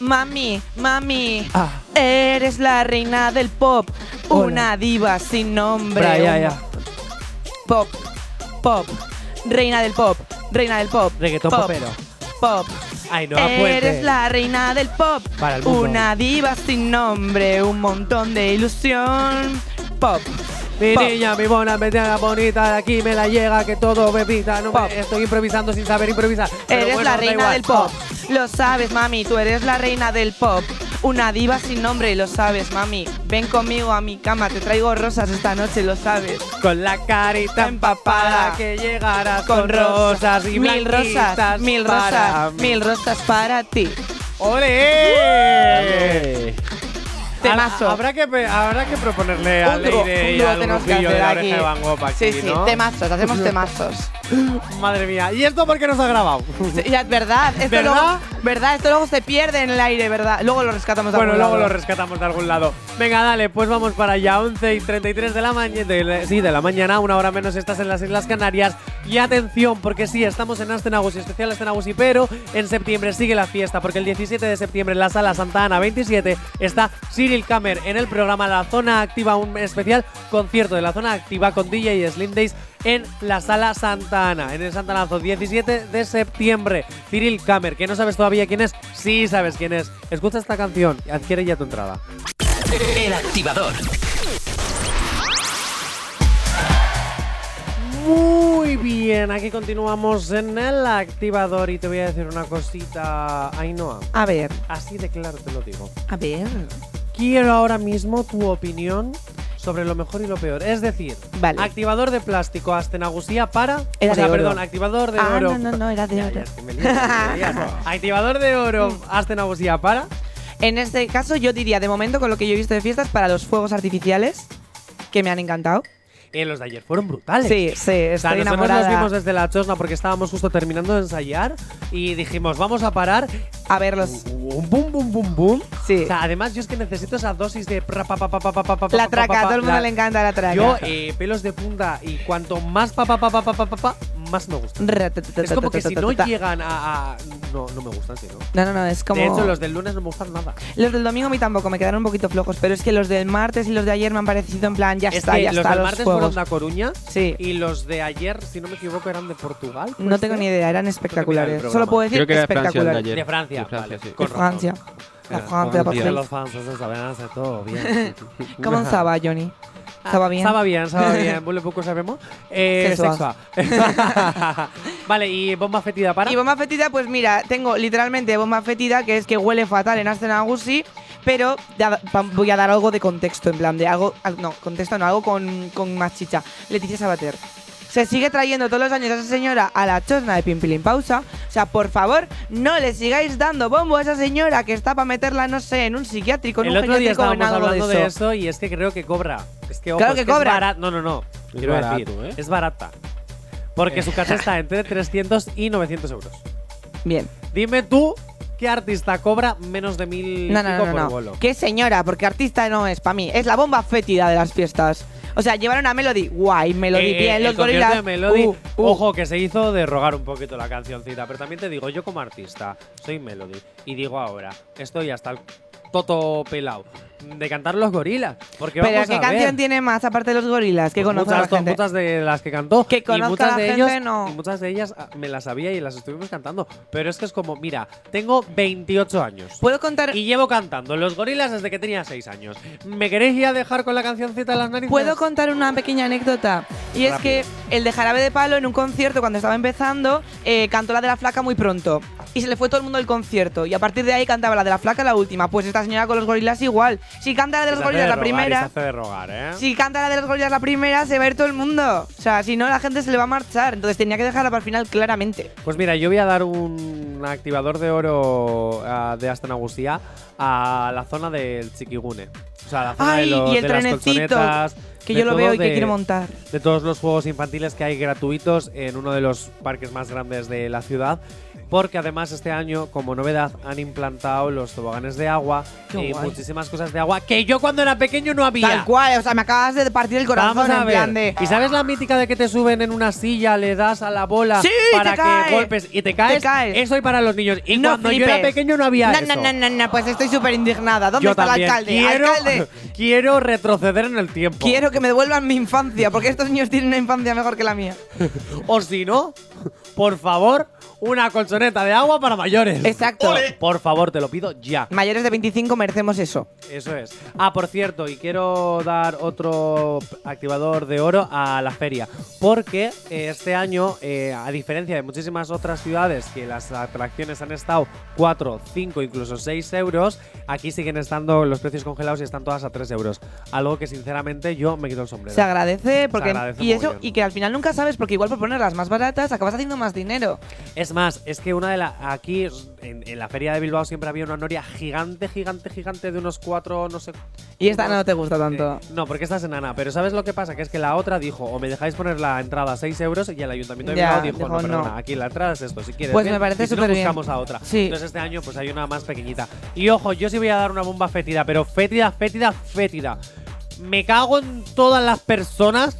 S5: Mami, mami,
S3: Ah.
S5: eres la reina del pop,
S3: Hola.
S5: una diva sin nombre.
S3: Bra, ya,
S5: un-
S3: ya.
S5: Pop, pop, reina del pop, reina del pop.
S3: Reggaetón
S5: pop,
S3: popero.
S5: Pop.
S3: Ay, no,
S5: Eres
S3: fuerte.
S5: la reina del pop.
S3: Para el mundo.
S5: Una diva sin nombre, un montón de ilusión. Pop.
S3: Mi
S5: pop.
S3: niña, mi bona, me la bonita, de aquí me la llega, que todo bebita. No me- estoy improvisando sin saber improvisar. pero
S5: Eres
S3: bueno,
S5: la
S3: da
S5: reina
S3: igual.
S5: del pop. Lo sabes, mami, tú eres la reina del pop. Una diva sin nombre, lo sabes, mami. Ven conmigo a mi cama, te traigo rosas esta noche, lo sabes.
S3: Con la carita empapada que llegarás con, rosas y
S5: mil
S3: blanquitas
S5: rosas, mil
S3: para
S5: rosas,
S3: mí.
S5: mil rosas para ti.
S3: ¡Ole!
S5: Temazo.
S3: Ha- Habrá que, pe- habrá que proponerle a
S5: Un dúo,
S3: Leire
S5: un
S3: y
S5: dúo
S3: al
S5: tenemos que
S3: grupillo de
S5: hacer
S3: la oreja
S5: aquí.
S3: de Van Gogh aquí,
S5: Sí, sí,
S3: ¿no?
S5: temazos, hacemos temazos.
S3: Madre mía, ¿y esto por qué no se ha grabado?
S5: Sí, ya, verdad, esto
S3: ¿Verdad?
S5: Luego, verdad, esto luego se pierde en el aire, verdad. Luego lo rescatamos. de
S3: Bueno,
S5: algún
S3: luego
S5: lado.
S3: lo rescatamos de algún lado. Venga, dale, pues vamos para allá. 11 y 33 de la mañana. sí, de la mañana, una hora menos estás en las Islas Canarias. Y atención, porque sí, estamos en Astenagusi, especial Astenagusi, pero en septiembre sigue la fiesta, porque el 17 de septiembre en la Sala Santa Ana 27 está Cyril Kammer en el programa La Zona Activa, un especial concierto de la Zona Activa con DJ y Slim Days en la Sala Santa Ana, en el Santanazo, 17 de septiembre. Cyril Kammer, que no sabes todavía quién es, sí sabes quién es. Escucha esta canción y adquiere ya tu entrada.
S2: El activador.
S3: Muy bien, aquí continuamos en el activador y te voy a decir una cosita, Ainhoa.
S5: A ver.
S3: Así de claro te lo digo.
S5: A ver.
S3: Quiero ahora mismo tu opinión sobre lo mejor y lo peor. Es decir,
S5: Vale.
S3: activador de plástico Astenagusía para.
S5: Era
S3: o sea,
S5: de oro.
S3: perdón, activador de
S5: ah,
S3: oro.
S5: No, no, no, era de oro.
S3: activador de oro Astenagusía para.
S5: En este caso, yo diría, de momento, con lo que yo he visto de fiestas, para los fuegos artificiales, que me han encantado.
S3: Eh, los de ayer fueron brutales.
S5: Sí, sí,
S3: O sea,
S5: estoy
S3: nosotros los
S5: enamorada.
S3: vimos desde la chosna porque estábamos justo terminando de ensayar y dijimos, vamos a parar.
S5: A verlos.
S3: Un boom, boom, boom, boom.
S5: Sí.
S3: O sea, además yo es que necesito esa dosis de... pra, pa, pa, pa, pa, pa, pa, pa,
S5: La
S3: pa, pa,
S5: traca,
S3: pa,
S5: a todo el mundo
S3: la-
S5: le encanta la traca.
S3: Yo, eh, pelos de punta y cuanto más pa, pa, pa, pa, pa, pa, pa, pa, más me gusta. Es como que si no llegan a... a- No, no me gustan, sí, ¿no?
S5: No, no, no, es como.
S3: De hecho, los del lunes no me gustan nada.
S5: Los del domingo a mí tampoco, me quedaron un poquito flojos, pero es que los del martes y los de ayer me han parecido en plan, ya
S3: es
S5: está,
S3: que
S5: ya
S3: los
S5: está,
S3: del
S5: los
S3: martes
S5: juegos.
S3: fueron de A Coruña
S5: Sí.
S3: y los de ayer, si no me equivoco, eran de Portugal.
S5: No tengo ni idea, eran espectaculares. Solo puedo decir
S4: Creo que era de Francia, el de Ah,
S5: espectaculares.
S4: ayer.
S3: De Francia,
S4: De Francia,
S3: vale.
S4: sí.
S3: Con
S5: De Francia.
S3: razón.
S5: La
S3: Mira,
S5: Francia, por
S3: Francia,
S5: fin.
S3: los fans, eso saben hacer todo bien.
S5: ¿Cómo estaba, Johnny? ¿Estaba bien?
S3: Ah, Estaba bien, estaba bien. Vuelve poco sabemos. Eh,
S5: Sexua.
S3: sexua. vale, y bomba fetida para.
S5: Y bomba fetida, pues mira, tengo literalmente bomba fetida, que es que huele fatal en Astenagusi, pero da- pa- voy a dar algo de contexto, en plan, de algo, al- no, contexto no, algo con, con más chicha. Leticia Sabater. Se sigue trayendo todos los años a esa señora a la chosna de Pimpilín Pausa. O sea, por favor, no le sigáis dando bombo a esa señora que está para meterla, no sé, en un psiquiátrico, en
S3: El
S5: un
S3: otro día
S5: geriátrico o en
S3: estábamos
S5: algo
S3: hablando
S5: de eso.
S3: y es que creo que cobra. Es que, ojo,
S5: Claro
S3: es
S5: que
S3: es
S5: cobra.
S3: bara- no, no, no.
S5: Es
S3: Quiero
S5: barato,
S3: decir,
S5: ¿eh?
S3: es barata. Porque su casa está entre 300 y 900 euros.
S5: Bien.
S3: Dime tú qué artista cobra menos de mil
S5: No, no,
S3: pico
S5: no,
S3: por
S5: no.
S3: bolo.
S5: no. Qué señora, porque artista no es para mí. Es la bomba fétida de las fiestas. O sea, llevaron a Melody. Guay, Melody
S3: Eh,
S5: bien,
S3: el
S5: los
S3: concierto
S5: gorilas.
S3: de Melody,
S5: Uh, uh.
S3: ojo, que se hizo de rogar un poquito la cancioncita. Pero también te digo, yo como artista, soy Melody. Y digo ahora, estoy hasta el toto pelado de cantar los gorilas. Porque
S5: Pero
S3: vamos
S5: ¿qué
S3: a
S5: canción
S3: ver,
S5: tiene más aparte de los gorilas? Que
S3: pues
S5: conozco a la
S3: muchas,
S5: gente.
S3: muchas de las que cantó.
S5: Que
S3: y
S5: conozca
S3: muchas
S5: la
S3: de
S5: gente,
S3: ellos,
S5: no.
S3: y muchas de ellas ah, me las sabía y las estuvimos cantando. Pero es que es como, mira, tengo 28 años.
S5: Puedo contar.
S3: Y llevo cantando los gorilas desde que tenía 6 años. ¿Me queréis ya dejar con la cancioncita de las narices?
S5: Puedo contar una pequeña anécdota. Y es que el de Jarabe de Palo en un concierto cuando estaba empezando eh, cantó la de la flaca muy pronto. Y se le fue todo el mundo del concierto. Y a partir de ahí cantaba la de la flaca la última. Pues esta señora con los gorilas igual. Si canta la de los
S3: Se hace
S5: gorilas la
S3: rogar y Se
S5: primera.
S3: hace de rogar, ¿eh?
S5: Si canta la de los gorilas la primera, se va a ir todo el mundo. O sea, si no, la gente se le va a marchar. Entonces tenía que dejarla para el final claramente.
S3: Pues mira, yo voy a dar un activador de oro ah, de Astanagusía a la zona del Chiquigune. O sea, la zona de,
S5: Ay,
S3: los-
S5: y el
S3: de las
S5: trenecito.
S3: colchonetas,
S5: Que
S3: de
S5: yo lo
S3: todo
S5: veo y que
S3: de-
S5: quiero montar.
S3: De todos los juegos infantiles que hay gratuitos en uno de los parques más grandes de la ciudad. Porque además este año, como novedad, han implantado los toboganes de agua
S5: Qué
S3: y
S5: guay.
S3: muchísimas cosas de agua que yo cuando era pequeño no había.
S5: Tal cual, o sea, me acabas de partir el corazón
S3: Vamos a
S5: en
S3: ver.
S5: plan de.
S3: ¿Y sabes la mítica de que te suben en una silla, le das a la bola
S5: Sí,
S3: para
S5: te
S3: que
S5: cae.
S3: golpes y te caes?
S5: Te caes.
S3: Eso hay para los niños. Y cuando yo era
S5: flipes.
S3: pequeño no había
S5: no,
S3: eso.
S5: No, no, no, no, pues estoy súper indignada. ¿Dónde
S3: Yo
S5: está
S3: también
S5: el alcalde?
S3: Quiero,
S5: ¡Alcalde!
S3: quiero retroceder en el tiempo.
S5: Quiero que me devuelvan mi infancia, porque estos niños tienen una infancia mejor que la mía.
S3: O si no, por favor, una colchoneta de agua para mayores.
S5: Exacto.
S3: Por favor, te lo pido ya.
S5: Mayores de 25 merecemos eso.
S3: Eso es. Ah, por cierto, y quiero dar otro p- activador de oro a la feria. Porque eh, este año, eh, a diferencia de muchísimas otras ciudades que las atracciones han estado 4, 5, incluso 6 euros, aquí siguen estando los precios congelados y están todas a 3 euros. Algo que sinceramente yo me quito el sombrero.
S5: Se agradece porque
S3: Se agradece
S5: y eso
S3: mogollón.
S5: y que al final nunca sabes porque igual por poner las más baratas acabas haciendo más dinero.
S3: Es más, es que una de las. Aquí, en, en la feria de Bilbao, siempre había una noria gigante, gigante, gigante de unos cuatro, no sé.
S5: Y esta
S3: unos-
S5: no te gusta tanto.
S3: No, porque esta es enana. Pero ¿sabes lo que pasa? Que es que la otra dijo: o me dejáis poner la entrada a 6 euros y el ayuntamiento de
S5: Ya,
S3: Bilbao dijo:
S5: dijo,
S3: no,
S5: no.
S3: perdona, aquí la entrada es esto. Si quieres,
S5: Pues
S3: ven,
S5: me parece
S3: y si no,
S5: superbién.
S3: buscamos a otra.
S5: Sí.
S3: Entonces este año pues hay una más pequeñita. Y ojo, yo sí voy a dar una bomba fétida, pero fétida, fétida, fétida. Me cago en todas las personas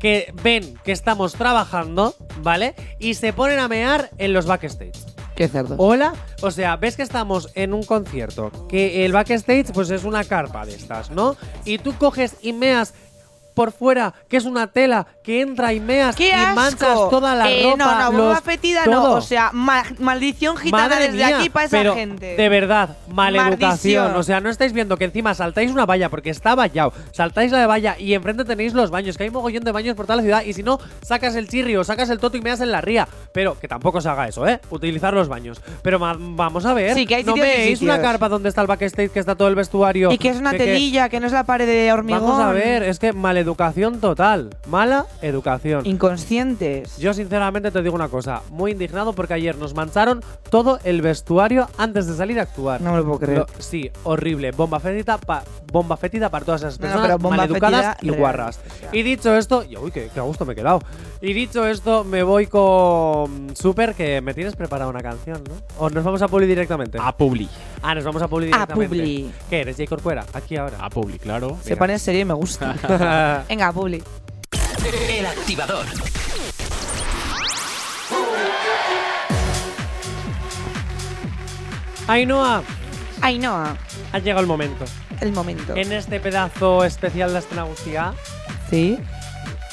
S3: que ven que estamos trabajando, ¿vale? Y se ponen a mear en los backstage.
S5: Qué cerdo.
S3: Hola, o sea, ves que estamos en un concierto, que el backstage pues es una carpa de estas, ¿no? Y tú coges y meas por fuera, que es una tela, que entra y meas
S5: ¡Qué
S3: y
S5: asco!
S3: manchas toda la
S5: Eh,
S3: ropa.
S5: No, no,
S3: los-
S5: bomba fetida no.
S3: todo.
S5: O sea, ma- maldición gitana
S3: Madre
S5: desde
S3: mía,
S5: aquí para esa
S3: pero
S5: gente.
S3: De verdad, maleducación.
S5: Maldición.
S3: O sea, no estáis viendo que encima saltáis una valla porque está vallado. Saltáis la de valla y enfrente tenéis los baños, que hay mogollón de baños por toda la ciudad. Y si no, sacas el chirri o sacas el toto y meas en la ría. Pero que tampoco se haga eso, ¿eh? Utilizar los baños. Pero ma- vamos a ver.
S5: Sí, que hay
S3: no
S5: sitios y
S3: meéis una
S5: sitios.
S3: carpa donde está el backstage, que está todo el vestuario.
S5: y que es una
S3: De
S5: telilla, que no es la pared de hormigón.
S3: Vamos a ver, eh. es que Educación total. Mala educación.
S5: Inconscientes.
S3: Yo sinceramente te digo una cosa. Muy indignado porque ayer nos mancharon todo el vestuario antes de salir a actuar.
S5: No me lo puedo creer.
S3: sí, horrible. Bomba fétida, pa- bomba fétida para todas esas
S5: No, no,
S3: personas
S5: pero bomba
S3: maleducadas
S5: fétida
S3: y
S5: real.
S3: guarras. Y dicho esto... y uy, qué, qué a gusto me he quedado. Y dicho esto, me voy con Super, que me tienes preparada una canción, ¿no? ¿O nos vamos a Publi directamente? A
S19: Publi.
S3: Ah, nos vamos a
S5: A
S3: Publi directamente.
S5: Publi.
S3: ¿Qué eres, J. Corcuera? Aquí ahora.
S19: A Publi, claro.
S5: Se pone serio y me gusta. Venga, Publi.
S2: El activador.
S3: Ainhoa.
S5: Ainhoa.
S3: Ha llegado el momento.
S5: El momento.
S3: En este pedazo especial de Astronautía,
S5: Sí.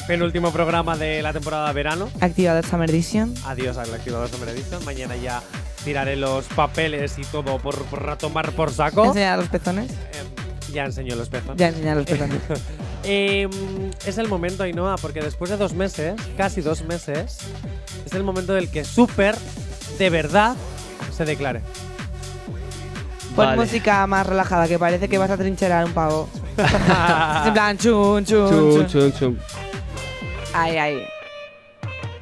S3: penúltimo programa de la temporada de verano.
S5: Activado Summer Edition.
S3: Adiós al activador Summer Edition. Mañana ya tiraré los papeles y todo por, por tomar por saco. Em,
S5: Enseñar los pezones.
S3: Ya enseñó los pezones.
S5: Ya enseñar los pezones.
S3: Eh, es el momento, Ainhoa, porque después de dos meses, casi dos meses, es el momento del que Super de verdad se declare.
S5: Pon
S3: Vale.
S5: música más relajada, que parece que vas a trincherar un pavo.
S3: Ah.
S5: en plan, chun, chun, chun.
S4: Chum, chum, chum.
S5: Ay, ay.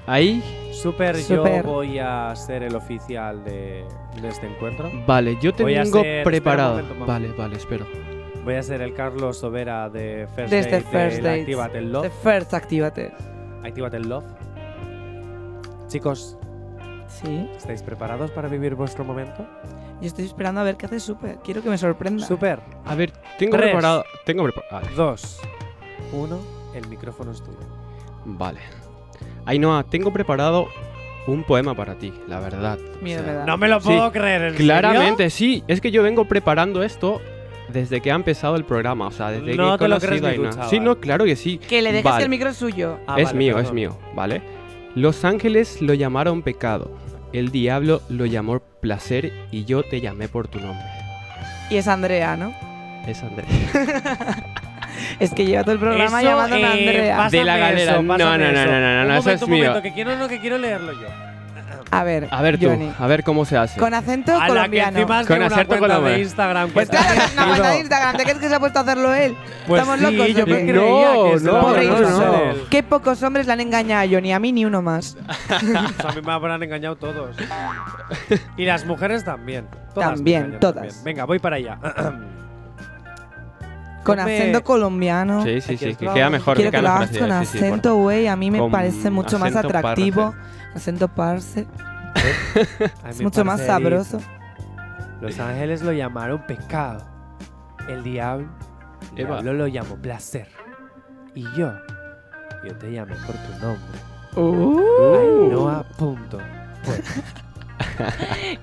S4: Ahí.
S3: Super,
S4: Super.
S3: yo voy a ser el oficial de, de este encuentro.
S4: Vale, yo
S3: Voy a
S4: tengo
S3: ser- espera un
S4: preparado.
S3: momento, mamá.
S4: vale, vale, espero.
S3: Voy a ser el Carlos Sobera de First
S5: Desde
S3: Date
S5: First
S3: del
S5: Dates.
S3: Actívate el Love.
S5: The First Actívate.
S3: Actívate el Love. Chicos.
S5: Sí.
S3: ¿Estáis preparados para vivir vuestro momento?
S5: Yo estoy esperando a ver qué hace Super. Quiero que me sorprenda.
S3: Super.
S4: A ver, tengo
S3: Tres,
S4: preparado. Tengo preparado.
S3: Dos. Uno. El micrófono es tuyo.
S4: Vale. Ainhoa, tengo preparado un poema para ti, la verdad.
S3: Miedo me da. No me lo puedo creer, ¿en
S4: Claramente, sí. Es que yo vengo preparando esto desde que ha empezado el programa. O sea, desde
S3: No
S4: que he
S3: te
S4: conocido
S3: lo crees ni
S4: a
S3: tú,
S4: Ainhoa.
S3: chaval.
S4: Sí, no, claro que sí.
S5: Que le dejes
S4: Vale.
S5: el micro Ah, suyo.
S3: Ah,
S4: es mío, es mío, ¿vale? Los ángeles lo llamaron pecado, el diablo lo llamó placer y yo te llamé por tu nombre.
S5: Y es Andrea, ¿no?
S4: Es Andrés.
S5: Es que lleva todo el programa
S3: Eso,
S5: llamando a
S3: eh,
S5: Andrea.
S3: pásame
S4: De la galera.
S3: eso,
S4: No,
S3: pásame
S4: no, no,
S3: eso.
S4: no, no, no,
S3: Un
S4: eso
S3: momento,
S4: es
S3: un
S4: mío.
S3: momento, que quiero, no, que quiero leerlo yo.
S5: A ver.
S4: A ver tú,
S5: Johnny.
S4: a ver cómo se hace.
S5: Con acento
S3: A la que
S5: colombiano.
S3: encima has de una
S4: acento
S3: cuenta de
S4: colombiano.
S3: Instagram. que
S5: Pues
S3: está-
S5: claro, que es una cuenta de
S3: Digo,
S5: Instagram. ¿Te crees que se ha puesto a hacerlo él?
S3: Pues
S5: Estamos
S3: sí,
S5: locos.
S3: yo
S5: ¿o
S3: me
S5: qué?
S3: creía que se lo
S4: no,
S3: había
S4: no,
S3: puesto a
S4: no.
S3: hacer él.
S5: Qué pocos hombres le han engañado a Johnny. A mí ni uno más.
S3: O sea, Pues a mí me habrán engañado todos. Y las mujeres también. Todas me
S5: También,
S3: engañan
S5: todas.
S3: Venga, voy para allá.
S5: Con
S3: Hombre.
S5: acento colombiano.
S4: Sí, sí, sí, que
S3: lo
S4: queda
S3: hagas?
S4: mejor.
S5: Quiero que
S4: queda
S5: lo
S4: mejor
S5: hagas
S4: así,
S5: con
S4: sí, sí, por-
S5: acento, güey. A mí me
S4: Con
S5: parece mucho más
S4: acento
S5: atractivo. Acento parse.
S3: Ay,
S5: es
S3: mi
S5: mucho más
S3: parcerito.
S5: sabroso.
S3: Los ángeles lo llamaron pecado. El diablo, el
S4: Eva.
S3: diablo lo llamó placer. Y yo, yo te llamé por tu nombre.
S5: Uh.
S3: Ainhoa punto.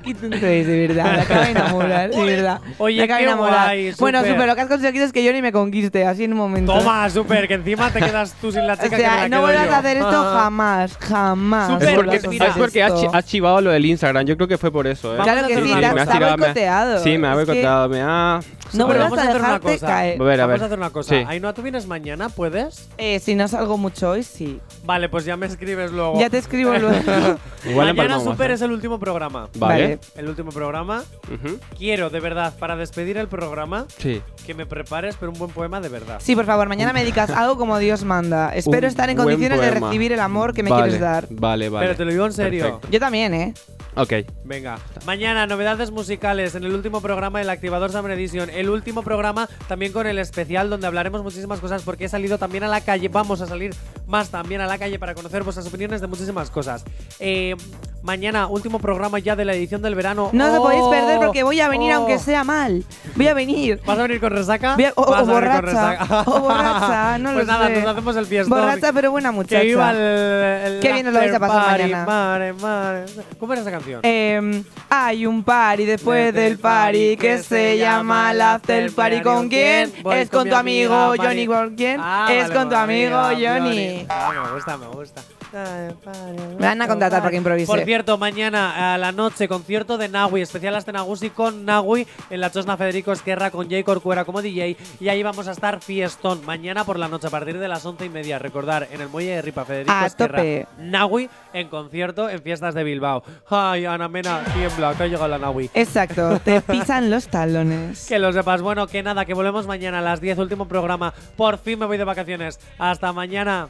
S5: Y tú crees, de verdad, me acaba de enamorar, de verdad.
S3: Oye,
S5: me acaba de
S3: qué
S5: enamorar.
S3: guay,
S5: Bueno,
S3: súper.
S5: super, lo que has conseguido es que yo ni me conquiste, así en un momento.
S3: Toma, super, que encima te quedas tú sin la
S5: O
S3: chica que me
S5: sea,
S3: la
S5: no
S3: quedo
S5: vuelvas
S3: yo.
S5: a hacer esto
S3: Ah.
S5: jamás, jamás.
S3: Súper,
S4: Es
S5: vuelvas a
S4: porque,
S5: hacer
S4: es porque ha,
S5: esto.
S4: chi- ha chivado lo del Instagram. Yo creo que fue por eso, ¿eh?
S5: Claro que sí,
S4: me
S5: te
S4: ha
S5: has- te ha
S4: tirado, me ha-
S5: boicoteado.
S4: Sí, me ha
S5: Es que-
S4: boicoteado. Me ha...
S5: No
S3: Bueno,
S5: vuelvas
S3: vamos a
S5: a
S3: hacer una
S5: dejarte
S3: cosa.
S5: caer.
S4: A ver, a
S3: Vamos
S4: ver.
S3: a hacer una cosa.
S4: Sí.
S3: Ainhoa, ¿tú vienes mañana? ¿Puedes?
S5: Eh, si no salgo mucho hoy, sí.
S3: Vale, pues ya me escribes luego.
S5: Ya te escribo luego.
S4: Igual
S3: Mañana
S4: empalmamos,
S3: Super
S4: ¿eh?
S3: es el último programa.
S4: Vale.
S3: El último programa.
S4: Ujú.
S3: Quiero, de verdad, para despedir el programa,
S4: Sí.
S3: que me prepares pero un buen poema de verdad.
S5: Sí, por favor, mañana me dedicas algo como Dios manda. Espero
S4: Un
S5: estar en
S4: buen
S5: condiciones de
S4: poema.
S5: recibir el amor que me
S4: Vale,
S5: quieres dar.
S4: Vale, vale.
S3: Pero te lo digo en serio.
S4: Perfecto.
S5: Yo también, ¿eh?
S4: Ok.
S3: Venga. Mañana, novedades musicales en el último programa del Activador Summer Edition. El último programa también con el especial donde hablaremos muchísimas cosas porque he salido también a la calle. Vamos a salir más también a la calle para conocer vuestras opiniones de muchísimas cosas. Eh, mañana, último programa ya de la edición del verano.
S5: No os lo podéis perder
S3: ¡Oh!
S5: porque voy a venir
S3: ¡Oh!
S5: aunque sea mal. Voy a venir.
S3: ¿Vas a venir con resaca?
S5: Voy a- o- o
S3: Vas a venir con
S5: borracha.
S3: resaca.
S5: O borracha, no
S3: pues
S5: lo
S3: nada,
S5: sé.
S3: nos hacemos el fiestón.
S5: Borracha, pero buena muchacha.
S3: Que viva el, el
S5: Qué bien os lo vais a
S3: after
S5: pasar
S3: party,
S5: mañana.
S3: mare, mare. ¿Cómo era esa canción?
S5: Em, hay un party después del party que se llama el after party. ¿Con quién?
S3: Voy
S5: Es
S3: con
S5: con
S3: mi
S5: tu amigo
S3: amiga
S5: Johnny.
S3: Mari.
S5: ¿Con quién?
S3: Ah,
S5: Es
S3: vale,
S5: con tu
S3: vale,
S5: amigo
S3: vale,
S5: Johnny.
S3: Ah, me gusta, me gusta.
S5: Me van a contratar para que improvise.
S3: Por cierto, mañana a la noche, concierto de Nahui, especial hasta Nagusi con Nahui en la Chosna Federico Esquerra con Jay Corcuera como DJ. Y ahí vamos a estar fiestón mañana por la noche a partir de las once y media. Recordar, en el muelle de Ripa Federico
S5: A
S3: Esquerra,
S5: tope.
S3: Nahui en concierto en fiestas de Bilbao. Ay, Ana Mena, tiembla, que ha llegado la Nahui.
S5: Exacto, te pisan los talones.
S3: Pues Que lo sepas. Bueno, que nada, que volvemos mañana a las 10, último programa. Por fin me voy de vacaciones. Hasta mañana.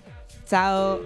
S5: Chao.